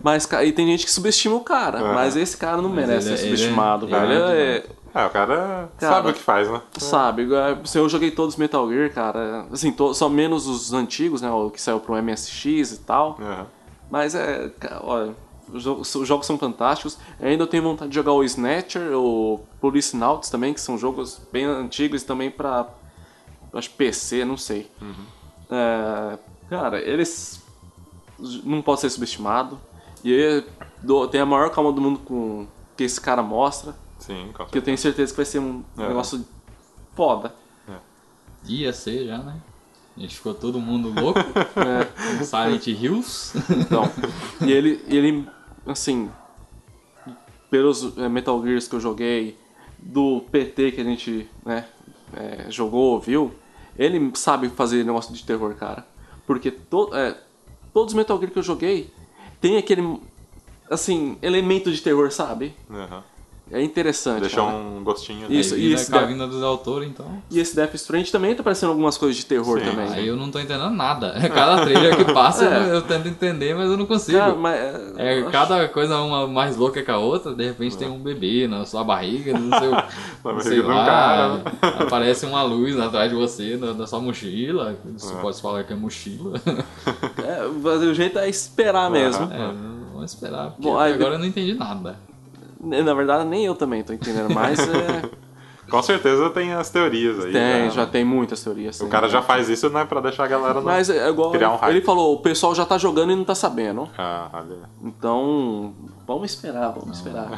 Speaker 3: Mas, ca- e tem gente que subestima o cara,
Speaker 1: Aham.
Speaker 3: mas esse cara não merece
Speaker 2: ele é-
Speaker 3: ser
Speaker 2: ele é-
Speaker 3: subestimado,
Speaker 2: ele
Speaker 3: velho.
Speaker 2: é
Speaker 3: É-
Speaker 1: Ah, o cara,
Speaker 3: Cara,
Speaker 1: sabe o que faz, né?
Speaker 3: Sabe, é, assim, eu joguei todos Metal Gear, cara. Assim, to- só menos os antigos, né? O que saiu pro MSX e tal.
Speaker 1: Aham.
Speaker 3: Mas é. ca- Olha, os jo- os jogos são fantásticos. Ainda eu tenho vontade de jogar o Snatcher, o Police Nauts também, que são jogos bem antigos e também pra. eu Acho PC, não sei. É, cara, eles. Não pode ser subestimado. E eu dou- tenho a maior calma do mundo com que esse cara mostra.
Speaker 1: Sim, com
Speaker 3: Que eu
Speaker 1: certeza.
Speaker 3: tenho certeza que vai ser um
Speaker 1: É.
Speaker 3: negócio foda.
Speaker 2: Ia ser já, né? A gente ficou todo mundo
Speaker 3: <laughs>
Speaker 2: louco.
Speaker 3: É.
Speaker 2: Com Silent Hills.
Speaker 3: Então, e ele, ele, assim, pelos eh, Metal Gears que eu joguei, do PT que a gente, né, eh, jogou, viu, ele sabe fazer negócio de terror, cara. Porque to, eh, todos os Metal Gear que eu joguei tem aquele, assim, elemento de terror, sabe?
Speaker 1: Aham.
Speaker 3: É interessante.
Speaker 1: Deixou
Speaker 3: cara.
Speaker 1: um gostinho ali.
Speaker 3: Isso,
Speaker 2: Aí vira
Speaker 3: isso,
Speaker 2: Com a
Speaker 3: né?
Speaker 2: vinda dos autores, então.
Speaker 3: E esse Death Strange também tá parecendo algumas coisas de terror
Speaker 1: Sim.
Speaker 3: também. né?
Speaker 2: Aí eu não tô entendendo nada. Cada trailer que passa eu-
Speaker 3: É.
Speaker 2: eu tento entender, mas eu não consigo.
Speaker 3: Cara, mas, eh,
Speaker 2: É,
Speaker 3: acho-
Speaker 2: cada coisa uma mais louca que a outra, de repente tem um bebê na sua barriga, não sei, o- não
Speaker 1: barriga de
Speaker 2: sei
Speaker 1: um
Speaker 2: lá,
Speaker 1: cara.
Speaker 2: aparece uma luz atrás de você, na, na sua mochila, você pode falar que é mochila. <laughs>
Speaker 3: é, o jeito é esperar mesmo.
Speaker 2: É, vamos esperar, porque
Speaker 3: Bom, aí-
Speaker 2: agora eu não entendi nada.
Speaker 3: Na verdade, nem eu também tô entendendo, mas é,
Speaker 1: Com certeza tem as teorias aí.
Speaker 3: tem,
Speaker 1: né?
Speaker 3: já tem muitas teorias.
Speaker 1: O
Speaker 3: sim.
Speaker 1: cara já faz isso, né? Pra deixar a galera... no-
Speaker 3: Mas é igual
Speaker 1: Criar um
Speaker 3: ele,
Speaker 1: hype.
Speaker 3: ele falou, o pessoal já tá jogando e não tá sabendo.
Speaker 1: Ah, olha.
Speaker 3: Então, vamos esperar, vamos
Speaker 1: <laughs>
Speaker 3: esperar.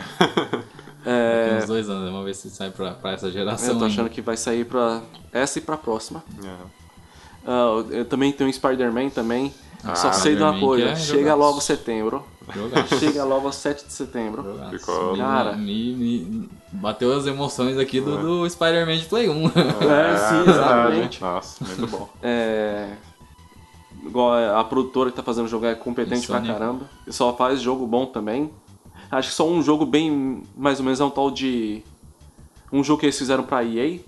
Speaker 2: Tem uns dois anos, vamos ver se sai pra, pra essa geração
Speaker 3: É. Eu tô
Speaker 2: ainda.
Speaker 3: achando que vai sair pra essa e pra próxima.
Speaker 1: Aham.
Speaker 3: Ah, eu também tenho um Spider-Man também.
Speaker 1: Ah,
Speaker 3: Só sei de uma
Speaker 2: Spider-Man
Speaker 3: coisa,
Speaker 2: que é
Speaker 3: chega
Speaker 2: jogaço.
Speaker 3: logo setembro. <laughs>
Speaker 2: Jogaço,
Speaker 3: Chega logo 7
Speaker 1: <laughs>
Speaker 3: de setembro.
Speaker 2: jogaço.
Speaker 1: Ficou-
Speaker 2: Me-
Speaker 3: Cara.
Speaker 2: me- me- bateu as emoções aqui do, do Spider-Man de Play 1.
Speaker 3: É, sim, exatamente.
Speaker 1: Nossa, muito bom.
Speaker 3: <laughs> É. Igual a produtora que tá fazendo o jogo é competente pra
Speaker 2: Insônia.
Speaker 3: caramba. E só faz jogo bom também. Acho que só um jogo bem. Mais ou menos é um tal de. Um jogo que eles fizeram pra EA.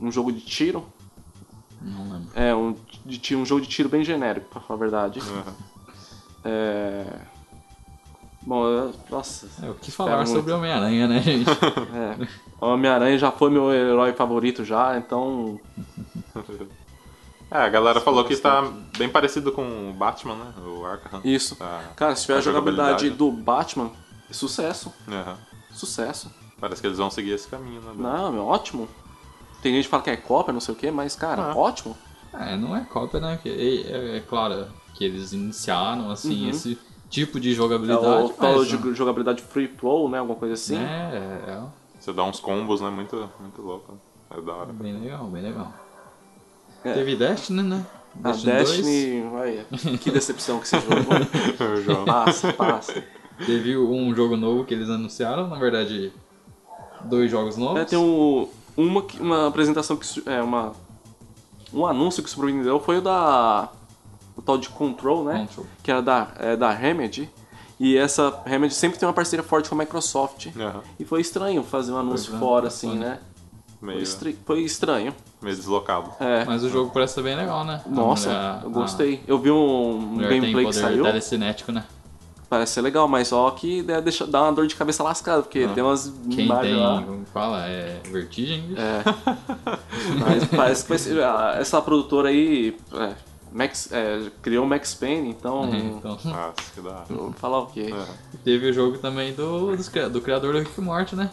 Speaker 3: Um jogo de tiro.
Speaker 2: <laughs> não lembro.
Speaker 3: É, um, de tiro, um jogo de tiro bem genérico, pra falar a verdade.
Speaker 1: Aham.
Speaker 3: É. Bom, eu- nossa.
Speaker 2: É, o que falar
Speaker 3: muito.
Speaker 2: sobre Homem-Aranha, né, gente?
Speaker 3: É. Homem-Aranha já foi meu herói favorito já, então.
Speaker 1: É, a galera falou que tá bem parecido com o Batman, né? O Arkham.
Speaker 3: Isso.
Speaker 1: Tá.
Speaker 3: Cara, se tiver
Speaker 1: A
Speaker 3: a jogabilidade
Speaker 1: jogabilidade.
Speaker 3: do Batman, sucesso.
Speaker 1: Aham.
Speaker 3: Sucesso.
Speaker 1: Parece que eles vão seguir esse caminho, né?
Speaker 3: Não, meu, ótimo. Tem gente que fala que é cópia, não sei o que, mas, cara,
Speaker 1: Ah.
Speaker 3: ótimo.
Speaker 2: É, não é cópia, né? Que- É, é- é claro que eles iniciaram, assim, esse tipo de
Speaker 3: Uhum. É
Speaker 2: jogabilidade.
Speaker 3: o falou
Speaker 2: mas,
Speaker 3: de
Speaker 2: né,
Speaker 3: jogabilidade free flow, né? Alguma coisa assim.
Speaker 2: É, é,
Speaker 1: Você dá uns combos, né? Muito, muito louco. né? É da
Speaker 3: <laughs>
Speaker 1: hora.
Speaker 2: é bem legal, bem legal.
Speaker 3: É.
Speaker 2: Teve Destiny, né?
Speaker 3: A Destiny, olha, que decepção que esse jogo.
Speaker 1: O João.
Speaker 3: <laughs> passa, passa.
Speaker 2: 2, teve um jogo novo que eles anunciaram, na verdade, dois jogos novos.
Speaker 3: É, tem um, uma, que- uma apresentação que. su- É, uma. Um anúncio que surpreendeu foi o da. O tal de Control, né?
Speaker 2: Control.
Speaker 3: Que era da, é, da Remedy. E essa Remedy sempre tem uma parceria forte com a Microsoft.
Speaker 1: Aham.
Speaker 3: E foi estranho fazer um anúncio
Speaker 2: Pois é,
Speaker 3: fora,
Speaker 2: da
Speaker 3: assim,
Speaker 2: Sony.
Speaker 3: né? Foi,
Speaker 1: Meio,
Speaker 3: estri- foi estranho.
Speaker 1: meio deslocado.
Speaker 3: É.
Speaker 2: Mas o jogo parece ser bem legal, né? A
Speaker 3: Nossa,
Speaker 2: mulher-
Speaker 3: eu gostei. Eu vi um
Speaker 2: A mulher tem
Speaker 3: gameplay que
Speaker 2: poder
Speaker 3: saiu,
Speaker 2: telecinético, né?
Speaker 3: parece ser legal, mas só que deve deixar- dá uma dor de cabeça lascada, porque tem umas
Speaker 2: Ah, Quem
Speaker 3: imagens
Speaker 2: tem, <laughs>
Speaker 3: Hum, lá.
Speaker 2: como fala, é vertigem.
Speaker 3: É. mas parece que vai ser- ah, essa produtora aí é, Max, é, criou o Max Payne, então.
Speaker 2: <laughs> Então, É.
Speaker 1: Nossa, que da hora.
Speaker 3: vou Falar o quê?
Speaker 1: Aham.
Speaker 2: teve o jogo também do, dos cri- do criador do Rick Morte, né?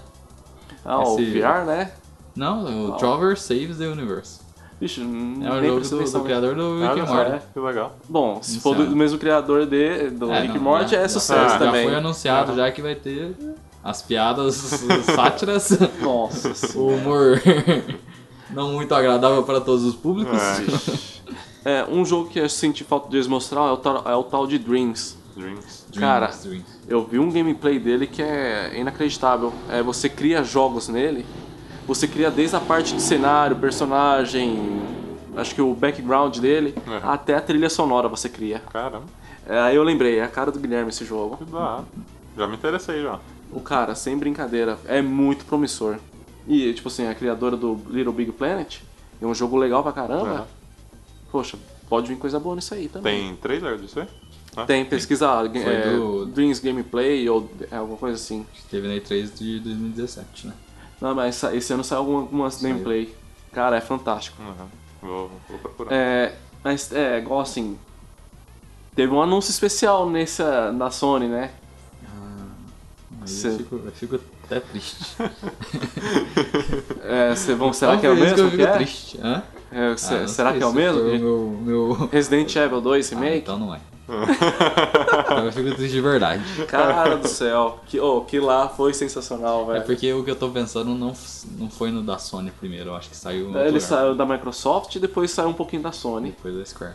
Speaker 3: Ah, o
Speaker 2: Esse-
Speaker 3: VR, né?
Speaker 2: Não, o
Speaker 3: Qual?
Speaker 2: Trover Saves the Universe.
Speaker 3: Vixe,
Speaker 2: É um
Speaker 3: nem
Speaker 2: jogo
Speaker 3: prestei
Speaker 2: do,
Speaker 3: atenção
Speaker 2: do
Speaker 3: nisso.
Speaker 2: criador do Rick
Speaker 1: Olha
Speaker 2: and
Speaker 1: só,
Speaker 2: Morty.
Speaker 1: é, que legal.
Speaker 3: Bom, se
Speaker 2: Não
Speaker 3: for do,
Speaker 2: sei.
Speaker 3: do mesmo criador de, do
Speaker 2: É,
Speaker 3: Rick
Speaker 2: não,
Speaker 3: Morty,
Speaker 2: já-
Speaker 3: é
Speaker 2: já-
Speaker 3: sucesso
Speaker 2: já
Speaker 3: também. Ah.
Speaker 2: foi anunciado já que vai ter as piadas
Speaker 3: <laughs>
Speaker 2: sátiras,
Speaker 3: Nossa
Speaker 2: <laughs>
Speaker 3: senhora.
Speaker 2: o humor não muito agradável para todos os públicos.
Speaker 1: É.
Speaker 3: É, um jogo que eu senti falta de eles mostrar é o, tal, é o tal de Dreams.
Speaker 1: <laughs> Dreams.
Speaker 2: Dreams,
Speaker 3: Cara.
Speaker 2: Dreams.
Speaker 3: Eu vi um gameplay dele que é inacreditável. É, você cria jogos nele, você cria desde a parte de cenário, personagem, acho que o background dele,
Speaker 2: É.
Speaker 1: Uhum.
Speaker 3: até a trilha sonora você cria.
Speaker 1: Caramba,
Speaker 3: É, Aí eu lembrei, é a cara do Guilherme esse jogo.
Speaker 1: que da hora. Já me interessei, já.
Speaker 3: O cara, sem brincadeira, é muito promissor. E, tipo assim, a criadora do Little Big Planet, É um jogo legal pra caramba.
Speaker 1: Aham.
Speaker 2: É.
Speaker 3: Poxa, pode vir coisa boa nisso aí também.
Speaker 1: Tem trailer disso aí? Hã?
Speaker 3: Tem, pesquisa
Speaker 2: Foi
Speaker 3: é,
Speaker 2: do-
Speaker 3: Dreams Gameplay ou é, alguma coisa assim.
Speaker 2: Que teve na E3 de 2017, né?
Speaker 3: Não, mas essa- esse ano saiu alguma- algumas
Speaker 2: Saiu.
Speaker 3: gameplay. Cara, é fantástico.
Speaker 1: Aham. Uhum. Vou, vou procurar.
Speaker 3: É, mas é igual assim. Teve um anúncio especial nessa da Sony, né?
Speaker 2: Aí eu
Speaker 3: Sim.
Speaker 2: fico, eu fico até triste.
Speaker 3: É, cê- vão, <laughs> será que é o
Speaker 2: Talvez
Speaker 3: mesmo
Speaker 2: eu
Speaker 3: que
Speaker 2: fico
Speaker 3: é?
Speaker 2: triste. Hã?
Speaker 3: É, cê-
Speaker 2: Ah, não
Speaker 3: será
Speaker 2: sei
Speaker 3: que é o
Speaker 2: se
Speaker 3: mesmo?
Speaker 2: foi o Meu, meu...
Speaker 3: Resident Evil 2
Speaker 2: Ah,
Speaker 3: Remake?
Speaker 2: então não
Speaker 3: <laughs>
Speaker 2: é. Então eu fico triste de verdade.
Speaker 3: Cara do céu, que, oh, que lá foi sensacional,
Speaker 2: É
Speaker 3: velho.
Speaker 2: porque o que eu tô pensando não, f- não foi no da Sony primeiro, eu acho que saiu. em outro
Speaker 3: Ele
Speaker 2: lugar.
Speaker 3: saiu da Microsoft e depois saiu um pouquinho da Sony.
Speaker 2: Depois da Square.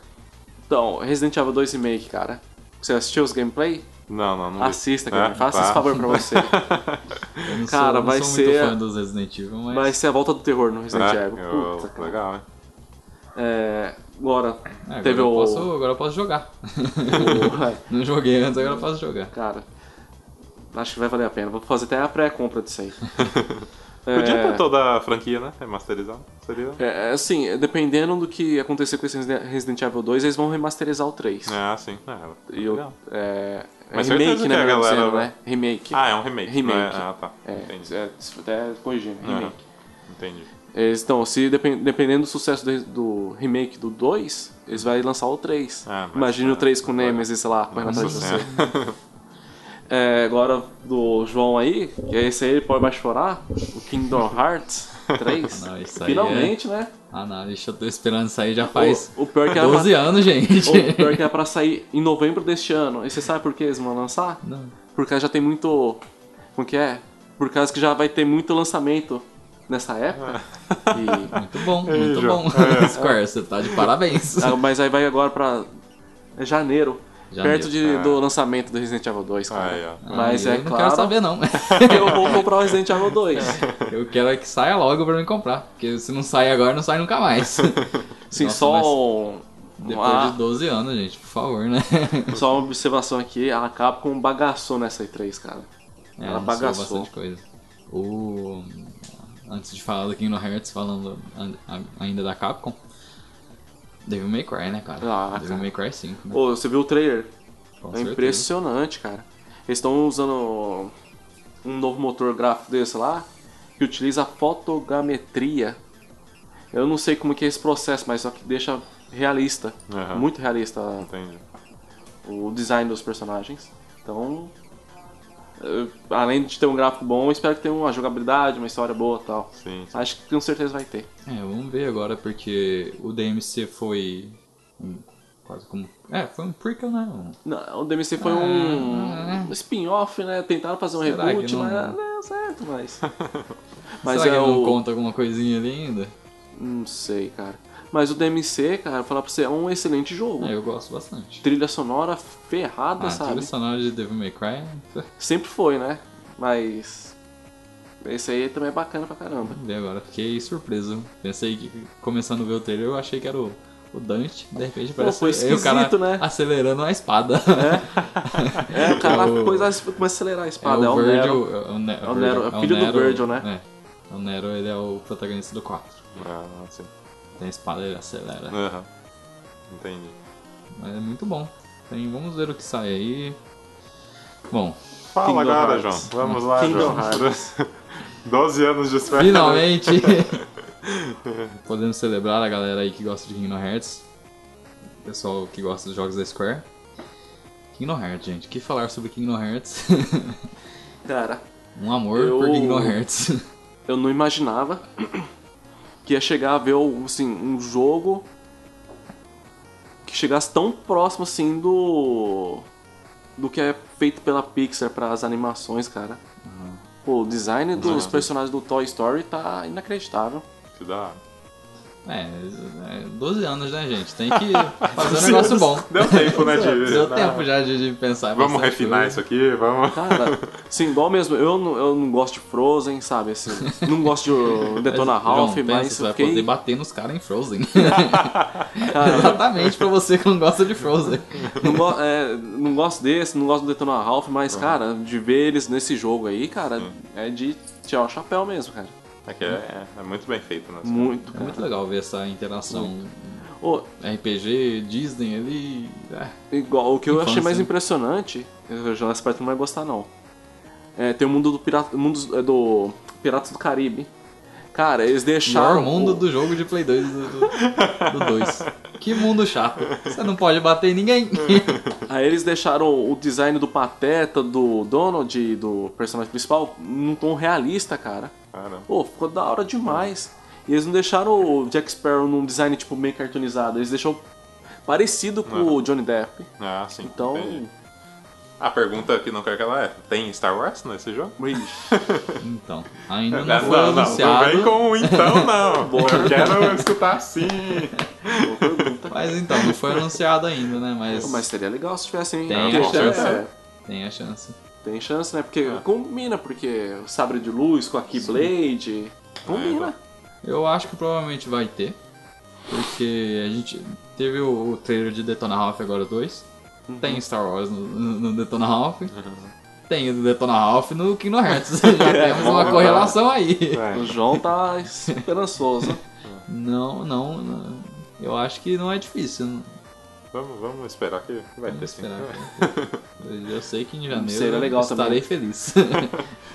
Speaker 3: Então, Resident Evil 2 Remake, cara. Você assistiu os gameplay?
Speaker 1: Não, não, não. vi.
Speaker 3: É. Assista, cara.
Speaker 1: É?
Speaker 3: Faça esse
Speaker 1: Tá.
Speaker 3: favor
Speaker 2: <laughs>
Speaker 3: pra você.
Speaker 2: Eu não
Speaker 3: Cara,
Speaker 2: sou, não
Speaker 3: vai
Speaker 2: sou
Speaker 3: ser-
Speaker 2: muito fã dos Resident Evil, mas.
Speaker 3: Vai ser é a volta do terror no Resident
Speaker 1: É,
Speaker 3: Evil.
Speaker 1: eu-
Speaker 3: Puta, cara.
Speaker 1: legal, né?
Speaker 3: É, agora,
Speaker 2: É, agora,
Speaker 3: teve
Speaker 2: eu
Speaker 3: o...
Speaker 2: posso,
Speaker 3: <laughs>
Speaker 2: agora eu posso jogar. <laughs>
Speaker 3: o-
Speaker 2: não joguei antes, agora eu posso jogar.
Speaker 3: Cara, acho que vai valer a pena. Vou fazer até a pré-compra disso aí. É,
Speaker 1: <laughs> Podia ter toda a franquia, né? Remasterizada. Seria.
Speaker 3: é, assim, dependendo do que acontecer com esse Resident Evil 2, eles vão remasterizar o 3.
Speaker 1: Ah, sim. É,
Speaker 3: E eu,
Speaker 1: legal.
Speaker 3: é, é
Speaker 1: Mas certeza
Speaker 3: remake,
Speaker 1: que
Speaker 3: né?
Speaker 1: a
Speaker 3: melhor
Speaker 1: galera
Speaker 3: dizendo,
Speaker 1: vai-
Speaker 3: né? Remake.
Speaker 1: Ah, é um remake.
Speaker 3: Remake.
Speaker 1: não é- Ah, tá.
Speaker 3: É,
Speaker 1: Entendi.
Speaker 3: é, até corrigindo,
Speaker 1: Aham.
Speaker 3: remake.
Speaker 1: Entendi.
Speaker 3: Eles, então, se depen- dependendo do sucesso do, do remake do 2, eles vão lançar o 3.
Speaker 1: Ah, mas-
Speaker 3: Imagina o 3 com o
Speaker 1: vai-
Speaker 3: Nemesis, sei lá, correndo atrás de
Speaker 2: Nossa
Speaker 3: você. <laughs> É, agora do João aí, que é esse aí, ele pode mais chorar, o Kingdom Hearts 3.
Speaker 2: <laughs> Não, isso aí
Speaker 3: Finalmente, né?
Speaker 2: Ah não, deixa eu tô esperando sair já faz
Speaker 3: O, o pior que era
Speaker 2: 12 anos, gente.
Speaker 3: pra, o pior que era pra sair em novembro deste ano. E você sabe por que eles vão lançar?
Speaker 2: <laughs> Não.
Speaker 3: Por causa já tem muito. Como que é? Por causa que já vai ter muito lançamento nessa época.
Speaker 2: Ah.
Speaker 3: <laughs> E-
Speaker 2: Muito bom, muito
Speaker 1: João.
Speaker 2: bom. <laughs>
Speaker 3: É,
Speaker 2: Square, você tá de parabéns.
Speaker 3: Ah, mas aí vai agora pra é janeiro.
Speaker 2: Janeiro.
Speaker 3: Perto de- do lançamento do Resident Evil 2, cara.
Speaker 1: tá. Aí, ó.
Speaker 3: <laughs> Mas
Speaker 2: Ah,
Speaker 3: é
Speaker 2: eu não
Speaker 3: claro
Speaker 2: quero saber não.
Speaker 3: que <laughs> eu vou comprar o Resident Evil
Speaker 2: <laughs>
Speaker 3: 2.
Speaker 2: Eu quero é que saia logo pra me comprar. Porque se não sair agora, não sai nunca mais.
Speaker 3: <laughs> Sim,
Speaker 2: Nossa,
Speaker 3: só
Speaker 2: mas
Speaker 3: um-
Speaker 2: Depois
Speaker 3: uma,
Speaker 2: de 12 anos, gente, por favor, né?
Speaker 3: só uma observação aqui, a Capcom bagaçou nessa E3, cara.
Speaker 2: É,
Speaker 3: <laughs> Ela
Speaker 2: anunciou
Speaker 3: bagaçou.
Speaker 2: bastante coisa. O... Antes de falar do Kingdom Hearts, falando an- a- ainda da Capcom, Devil May Cry, né, cara?
Speaker 3: Ah,
Speaker 2: Devil
Speaker 3: cara.
Speaker 2: May Cry 5, né?
Speaker 3: Ô, você viu o trailer?
Speaker 2: Com
Speaker 3: é
Speaker 2: certeza.
Speaker 3: impressionante, cara. Eles estão usando um novo motor gráfico desse lá, que utiliza fotogrametria. Eu não sei como que é esse processo, mas só que deixa realista.
Speaker 1: Aham.
Speaker 3: Muito realista
Speaker 1: Entendi.
Speaker 3: o design dos personagens. Então, eh, além de ter um gráfico bom, espero que tenha uma jogabilidade, uma história boa e tal.
Speaker 1: Sim. sim.
Speaker 3: Acho que com certeza vai ter.
Speaker 2: É, vamos ver agora, porque o DMC foi... um- Quase como... É, foi um prequel, né? Um-
Speaker 3: Não, o DMC foi um,
Speaker 2: Ah.
Speaker 3: um spin-off, né? Tentaram fazer um
Speaker 2: Será
Speaker 3: reboot,
Speaker 2: que não-
Speaker 3: mas não deu certo,
Speaker 2: <laughs>
Speaker 3: mas. mas
Speaker 2: Será
Speaker 3: é
Speaker 2: que ele não
Speaker 3: o.
Speaker 2: conta alguma coisinha ali ainda?
Speaker 3: Não sei, cara. Mas o DMC, cara, falar pra você, é um excelente jogo.
Speaker 2: É, eu gosto bastante.
Speaker 3: Trilha sonora ferrada,
Speaker 2: Ah, a
Speaker 3: sabe?
Speaker 2: trilha sonora de Devil May Cry, é
Speaker 3: Sempre foi, né? Mas. Esse aí também é bacana
Speaker 2: <laughs>
Speaker 3: pra caramba.
Speaker 2: e agora fiquei surpreso. Pensei que, começando a ver o trailer, eu achei que era o, o Dante. De repente parece
Speaker 3: foi
Speaker 2: aí o cara
Speaker 3: esquisito, né?
Speaker 2: acelerando a espada. <laughs>
Speaker 3: É, o cara
Speaker 2: É o-
Speaker 3: coisa começa a acelerar a espada. É,
Speaker 2: o
Speaker 3: o Nero.
Speaker 2: Virgil. É o, Ne-
Speaker 3: o Nero, é filho do Virgil, né?
Speaker 2: É. O Nero, ele é o protagonista do 4.
Speaker 1: Ah, sim.
Speaker 2: Tem a espada, ele
Speaker 3: É.
Speaker 2: acelera.
Speaker 1: Aham. Entendi.
Speaker 2: Mas é muito bom. Tem- vamos ver o que sai aí. Bom,
Speaker 1: Fala
Speaker 3: Kingdom
Speaker 1: agora,
Speaker 3: Hearts.
Speaker 1: João. Vamos lá,
Speaker 3: Kingdom
Speaker 1: João.
Speaker 3: Hearts.
Speaker 1: 12 anos de espera.
Speaker 3: <laughs>
Speaker 2: Finalmente! Podemos celebrar a galera aí que gosta de Kingdom Hearts. O pessoal que gosta dos jogos da Square. Kingdom Hearts, gente. O que falar sobre Kingdom Hearts? <laughs>
Speaker 3: Cara,
Speaker 2: um amor
Speaker 3: Eu-
Speaker 2: por Kingdom Hearts. <laughs>
Speaker 3: eu não imaginava que ia chegar a ver o- assim, um jogo que chegasse tão próximo assim do. do que é feito pela Pixar para as animações, cara.
Speaker 2: Uhum.
Speaker 3: Pô, o design dos
Speaker 1: certeza.
Speaker 3: personagens do Toy Story tá inacreditável.
Speaker 1: Que dá.
Speaker 2: É, é, 12 anos, né, gente? Tem que fazer
Speaker 3: <laughs>
Speaker 2: um negócio bom.
Speaker 1: Deu tempo, né, de... <laughs>
Speaker 2: Deu
Speaker 1: né?
Speaker 2: tempo já de, de pensar.
Speaker 1: Vamos
Speaker 2: bastante
Speaker 1: refinar
Speaker 2: coisa. Tá.
Speaker 1: isso aqui, vamos.
Speaker 3: Cara, <laughs> sim, igual mesmo, eu não, eu não gosto de Frozen, sabe? Assim, não gosto
Speaker 2: <laughs>
Speaker 3: de Detona
Speaker 2: João,
Speaker 3: Ralph,
Speaker 2: pensa,
Speaker 3: mas
Speaker 2: Você
Speaker 3: eu
Speaker 2: vai
Speaker 3: fiquei.
Speaker 2: poder bater nos caras em Frozen. <laughs>
Speaker 3: <laughs> Cara,
Speaker 2: Exatamente pra você que não gosta de Frozen.
Speaker 3: Não, go- é, não gosto desse, não gosto do Detona Ralph, mas, cara, de ver eles nesse jogo aí, cara, é de tirar o chapéu mesmo, cara.
Speaker 1: É que é, é muito bem feito, né?
Speaker 3: Muito,
Speaker 2: É
Speaker 3: cara.
Speaker 2: muito legal ver essa interação
Speaker 3: Ô,
Speaker 2: RPG, Disney ali. Ah,
Speaker 3: Igual, o que eu
Speaker 2: Infância,
Speaker 3: achei mais
Speaker 2: né?
Speaker 3: impressionante, o Jurassic Park não vai gostar não. É, tem o mundo do pirata, mundo é, do Piratas do Caribe. Cara, eles deixaram
Speaker 2: Melhor mundo
Speaker 3: o-
Speaker 2: do jogo de Play 2 do 2. que mundo chato. Você não pode bater em ninguém.
Speaker 3: Aí eles deixaram o design do Pateta, do Donald e do personagem principal num tom realista, cara.
Speaker 1: Caramba.
Speaker 3: Pô, ficou da hora demais. E eles não deixaram o Jack Sparrow num design tipo meio cartunizado, eles deixaram parecido com o Johnny Depp.
Speaker 1: Ah, sim.
Speaker 3: Então,
Speaker 1: entendi. A pergunta que não quero que ela é: tem Star Wars nesse jogo?
Speaker 3: ixi,
Speaker 2: Então, ainda não
Speaker 1: Não,
Speaker 2: foi
Speaker 1: não, não, não
Speaker 2: anunciado.
Speaker 1: vem com um então,
Speaker 2: <laughs>
Speaker 1: não. eu quero escutar sim.
Speaker 3: boa pergunta.
Speaker 2: Mas então, não foi anunciado ainda, né? Mas,
Speaker 3: Mas seria legal se tivesse, hein?
Speaker 2: Tem
Speaker 1: a
Speaker 3: Porque,
Speaker 1: chance. né? Ah.
Speaker 3: é,
Speaker 2: tem a chance.
Speaker 3: Tem chance, né? Porque combina, porque o sabre de luz com a Keyblade. Combina.
Speaker 2: Eu acho que provavelmente vai ter. Porque a gente teve o, o trailer de Detona Ralph agora 2. Tem Star Wars no, no- no Detona Ralph. Tem o do Detona Ralph no Kingdom Hearts. <laughs> Já temos uma correlação aí.
Speaker 1: É, então.
Speaker 3: O João tá esperançoso. <laughs>
Speaker 2: Não, não, não. Eu acho que não é difícil. não-
Speaker 1: Vamos, vamos esperar que vai ter
Speaker 2: Vamos
Speaker 1: sim.
Speaker 2: esperar. Eu sei que em janeiro
Speaker 3: Seria legal
Speaker 2: eu estarei
Speaker 3: também. <laughs>
Speaker 2: feliz.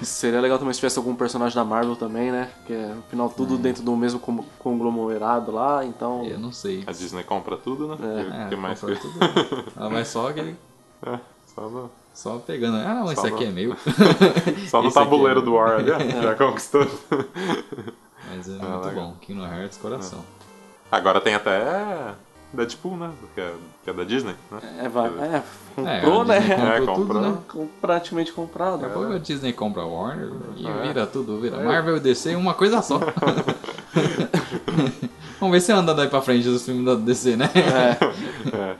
Speaker 3: Seria legal também se tivesse algum personagem da Marvel também, né? Porque no final tudo dentro do mesmo com- conglomerado lá, então.
Speaker 2: eu não sei.
Speaker 1: A Disney compra tudo, né?
Speaker 3: É.
Speaker 1: O que,
Speaker 2: É,
Speaker 1: mais que...
Speaker 2: compra tudo. Ela vai só aquele.
Speaker 1: É, só no,
Speaker 2: Só pegando. Ah, não, esse
Speaker 1: Só
Speaker 2: aqui
Speaker 1: não.
Speaker 2: é meu.
Speaker 1: <laughs> só no
Speaker 2: Esse aqui
Speaker 1: tabuleiro
Speaker 2: é-
Speaker 1: do War
Speaker 2: <laughs>
Speaker 1: ali, ó, já conquistou. <laughs>
Speaker 2: Mas é
Speaker 1: Ah,
Speaker 2: muito
Speaker 1: legal. É.
Speaker 2: bom. Kingdom Hearts, coração.
Speaker 1: Agora tem até Deadpool, né? Que é, que é da Disney,
Speaker 2: <laughs>
Speaker 1: né?
Speaker 3: É, vai. É,
Speaker 2: É,
Speaker 3: comprou,
Speaker 2: a Disney
Speaker 1: É,
Speaker 2: comprou
Speaker 3: né?
Speaker 2: tudo,
Speaker 1: comprou.
Speaker 2: né? É,
Speaker 3: Com- Praticamente comprado.
Speaker 2: Daqui a pouco a Disney compra a Warner e
Speaker 1: É.
Speaker 2: vira tudo, vira Marvel e DC, uma
Speaker 1: <laughs>
Speaker 2: coisa só. Vamos ver se anda daí pra frente dos filmes da DC, né?
Speaker 1: É,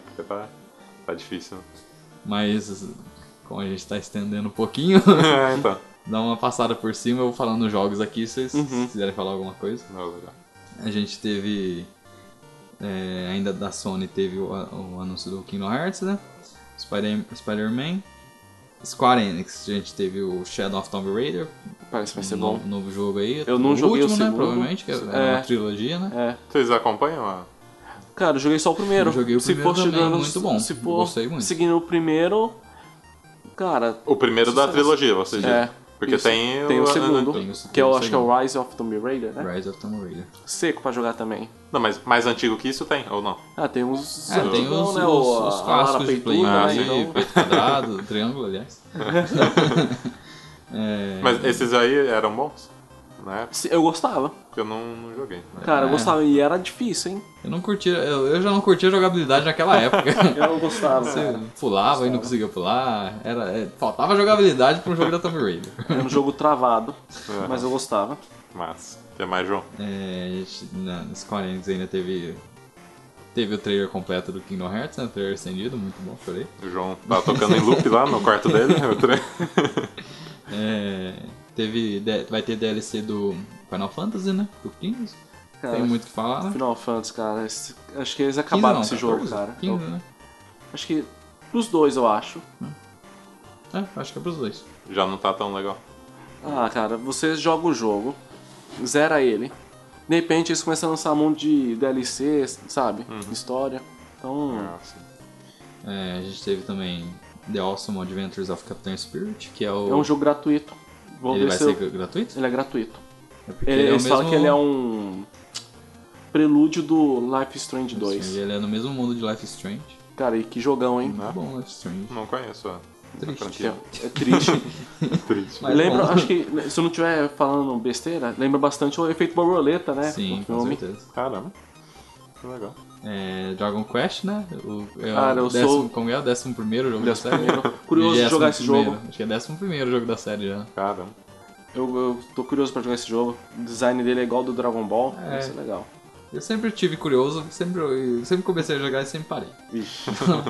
Speaker 1: porque tá, tá difícil. <laughs> né?
Speaker 2: Mas, como a gente tá estendendo um pouquinho,
Speaker 1: É, então.
Speaker 2: dá uma passada por cima, eu vou falando jogos aqui, se vocês
Speaker 3: Uhum.
Speaker 2: quiserem falar alguma coisa.
Speaker 1: Não, é legal.
Speaker 2: A gente teve. é, ainda da Sony teve o, o anúncio do Kingdom Hearts, né? Spider- Spider-Man. Square Enix, a gente teve o Shadow of Tomb Raider,
Speaker 3: Parece que vai ser
Speaker 2: um
Speaker 3: bom.
Speaker 2: novo, novo jogo aí.
Speaker 3: Eu não joguei o
Speaker 2: último, né?
Speaker 3: segundo.
Speaker 2: Provavelmente, que é,
Speaker 3: É.
Speaker 2: uma trilogia, né?
Speaker 3: É.
Speaker 1: Vocês acompanham a.
Speaker 3: Cara, eu joguei só o primeiro.
Speaker 2: Eu joguei o
Speaker 3: se
Speaker 2: primeiro
Speaker 3: for
Speaker 2: também,
Speaker 3: chegando,
Speaker 2: muito bom.
Speaker 3: Se for
Speaker 2: Gostei muito.
Speaker 3: seguindo o primeiro. Cara,
Speaker 1: O primeiro da
Speaker 3: Sucesso.
Speaker 1: trilogia, vocês dizem.
Speaker 3: É,
Speaker 1: Porque
Speaker 3: isso.
Speaker 1: tem,
Speaker 3: tem o
Speaker 2: Tem
Speaker 3: segundo.
Speaker 2: o segundo,
Speaker 3: Que eu
Speaker 2: tem o
Speaker 3: acho que é
Speaker 2: segundo.
Speaker 3: o Rise of Tomb Raider, né?
Speaker 2: Rise of Tomb Raider.
Speaker 3: seco pra jogar também.
Speaker 1: Não, mas mais antigo que isso tem, ou não?
Speaker 3: Ah, tem uns.
Speaker 2: É, tem
Speaker 3: antigão,
Speaker 2: os,
Speaker 3: né?
Speaker 2: os-
Speaker 3: o,
Speaker 2: os
Speaker 3: a
Speaker 2: clássicos
Speaker 3: Lara
Speaker 2: de Play,
Speaker 3: Peituda,
Speaker 1: Ah,
Speaker 3: né?
Speaker 1: sim.
Speaker 3: Então,
Speaker 2: peito quadrado, triângulo,
Speaker 3: <laughs>
Speaker 2: aliás. <laughs> É,
Speaker 1: Mas esses aí eram bons? Na época
Speaker 3: se- eu gostava.
Speaker 1: eu não, não joguei. né?
Speaker 3: Cara, eu
Speaker 2: É.
Speaker 3: gostava. E era difícil, hein?
Speaker 2: eu não curti, eu, eu já não curti a jogabilidade naquela <laughs> época.
Speaker 3: Eu gostava.
Speaker 2: Você pulava e não conseguia pular. Era, é, faltava jogabilidade pra um jogo da Tomb Raider.
Speaker 3: Era um jogo travado,
Speaker 1: É.
Speaker 3: mas eu gostava.
Speaker 1: Mas, tem mais, João?
Speaker 2: É, a gente- na Square Enix ainda teve. Teve o trailer completo do Kingdom Hearts, né? O trailer estendido, muito bom, chorei.
Speaker 1: O João tá tocando em loop lá no quarto dele. <laughs> eu tre-
Speaker 2: É, teve, de- vai ter DLC do Final Fantasy, né? Do 15.
Speaker 3: Cara,
Speaker 2: Tem muito o que falar, né?
Speaker 3: Final Fantasy, cara. esse- acho que eles
Speaker 2: 15
Speaker 3: acabaram
Speaker 2: não, tá
Speaker 3: esse jogo,
Speaker 2: 14,
Speaker 3: cara.
Speaker 2: 15, né?
Speaker 3: Eu- acho que. Os dois, eu acho.
Speaker 2: É, acho que é pros dois.
Speaker 1: Já não tá tão legal.
Speaker 3: Ah, cara, você joga o jogo, zera ele. De repente eles começam a lançar um monte de DLC, sabe?
Speaker 2: Uhum.
Speaker 3: História. Então.
Speaker 1: Ah, sim.
Speaker 2: É, a gente teve também The Awesome Adventures of Captain Spirit, que é o.
Speaker 3: É um jogo gratuito. Vou
Speaker 2: Ele
Speaker 3: ver
Speaker 2: vai
Speaker 3: se eu-
Speaker 2: ser gratuito?
Speaker 3: Ele é gratuito.
Speaker 2: É porque
Speaker 3: Ele-
Speaker 2: é o
Speaker 3: eles falam
Speaker 2: mesmo-
Speaker 3: que ele é um prelúdio do Life is Strange 2.
Speaker 2: Ele é no mesmo mundo de Life is Strange.
Speaker 3: Cara, e que jogão, hein?
Speaker 2: Muito bom, Life is Strange.
Speaker 1: Não conheço a, a
Speaker 2: Triste.
Speaker 1: franquia.
Speaker 3: Né? É triste.
Speaker 1: Triste.
Speaker 2: <laughs> Mas
Speaker 3: lembra,
Speaker 2: bom.
Speaker 3: acho que, se eu não estiver falando besteira, lembra bastante o efeito borboleta, né?
Speaker 2: Sim,
Speaker 3: O
Speaker 2: com
Speaker 3: filme.
Speaker 2: certeza.
Speaker 1: Caramba. Que legal.
Speaker 2: É, Dragon Quest, né? O, é o
Speaker 3: Cara, eu
Speaker 2: décimo,
Speaker 3: sou-
Speaker 2: Como é o décimo primeiro jogo
Speaker 3: Décimo
Speaker 2: da série?
Speaker 3: primeiro. <laughs> Curioso de jogar esse
Speaker 2: Vigésimo
Speaker 3: jogo.
Speaker 2: primeiro. Acho que é décimo primeiro jogo da série já.
Speaker 1: Caramba.
Speaker 3: Eu, eu tô curioso pra jogar esse jogo. O design dele é igual ao do Dragon Ball.
Speaker 2: É.
Speaker 3: Vai ser legal.
Speaker 2: Eu sempre tive curioso, sempre, eu sempre comecei a jogar e sempre parei.
Speaker 3: Vixe.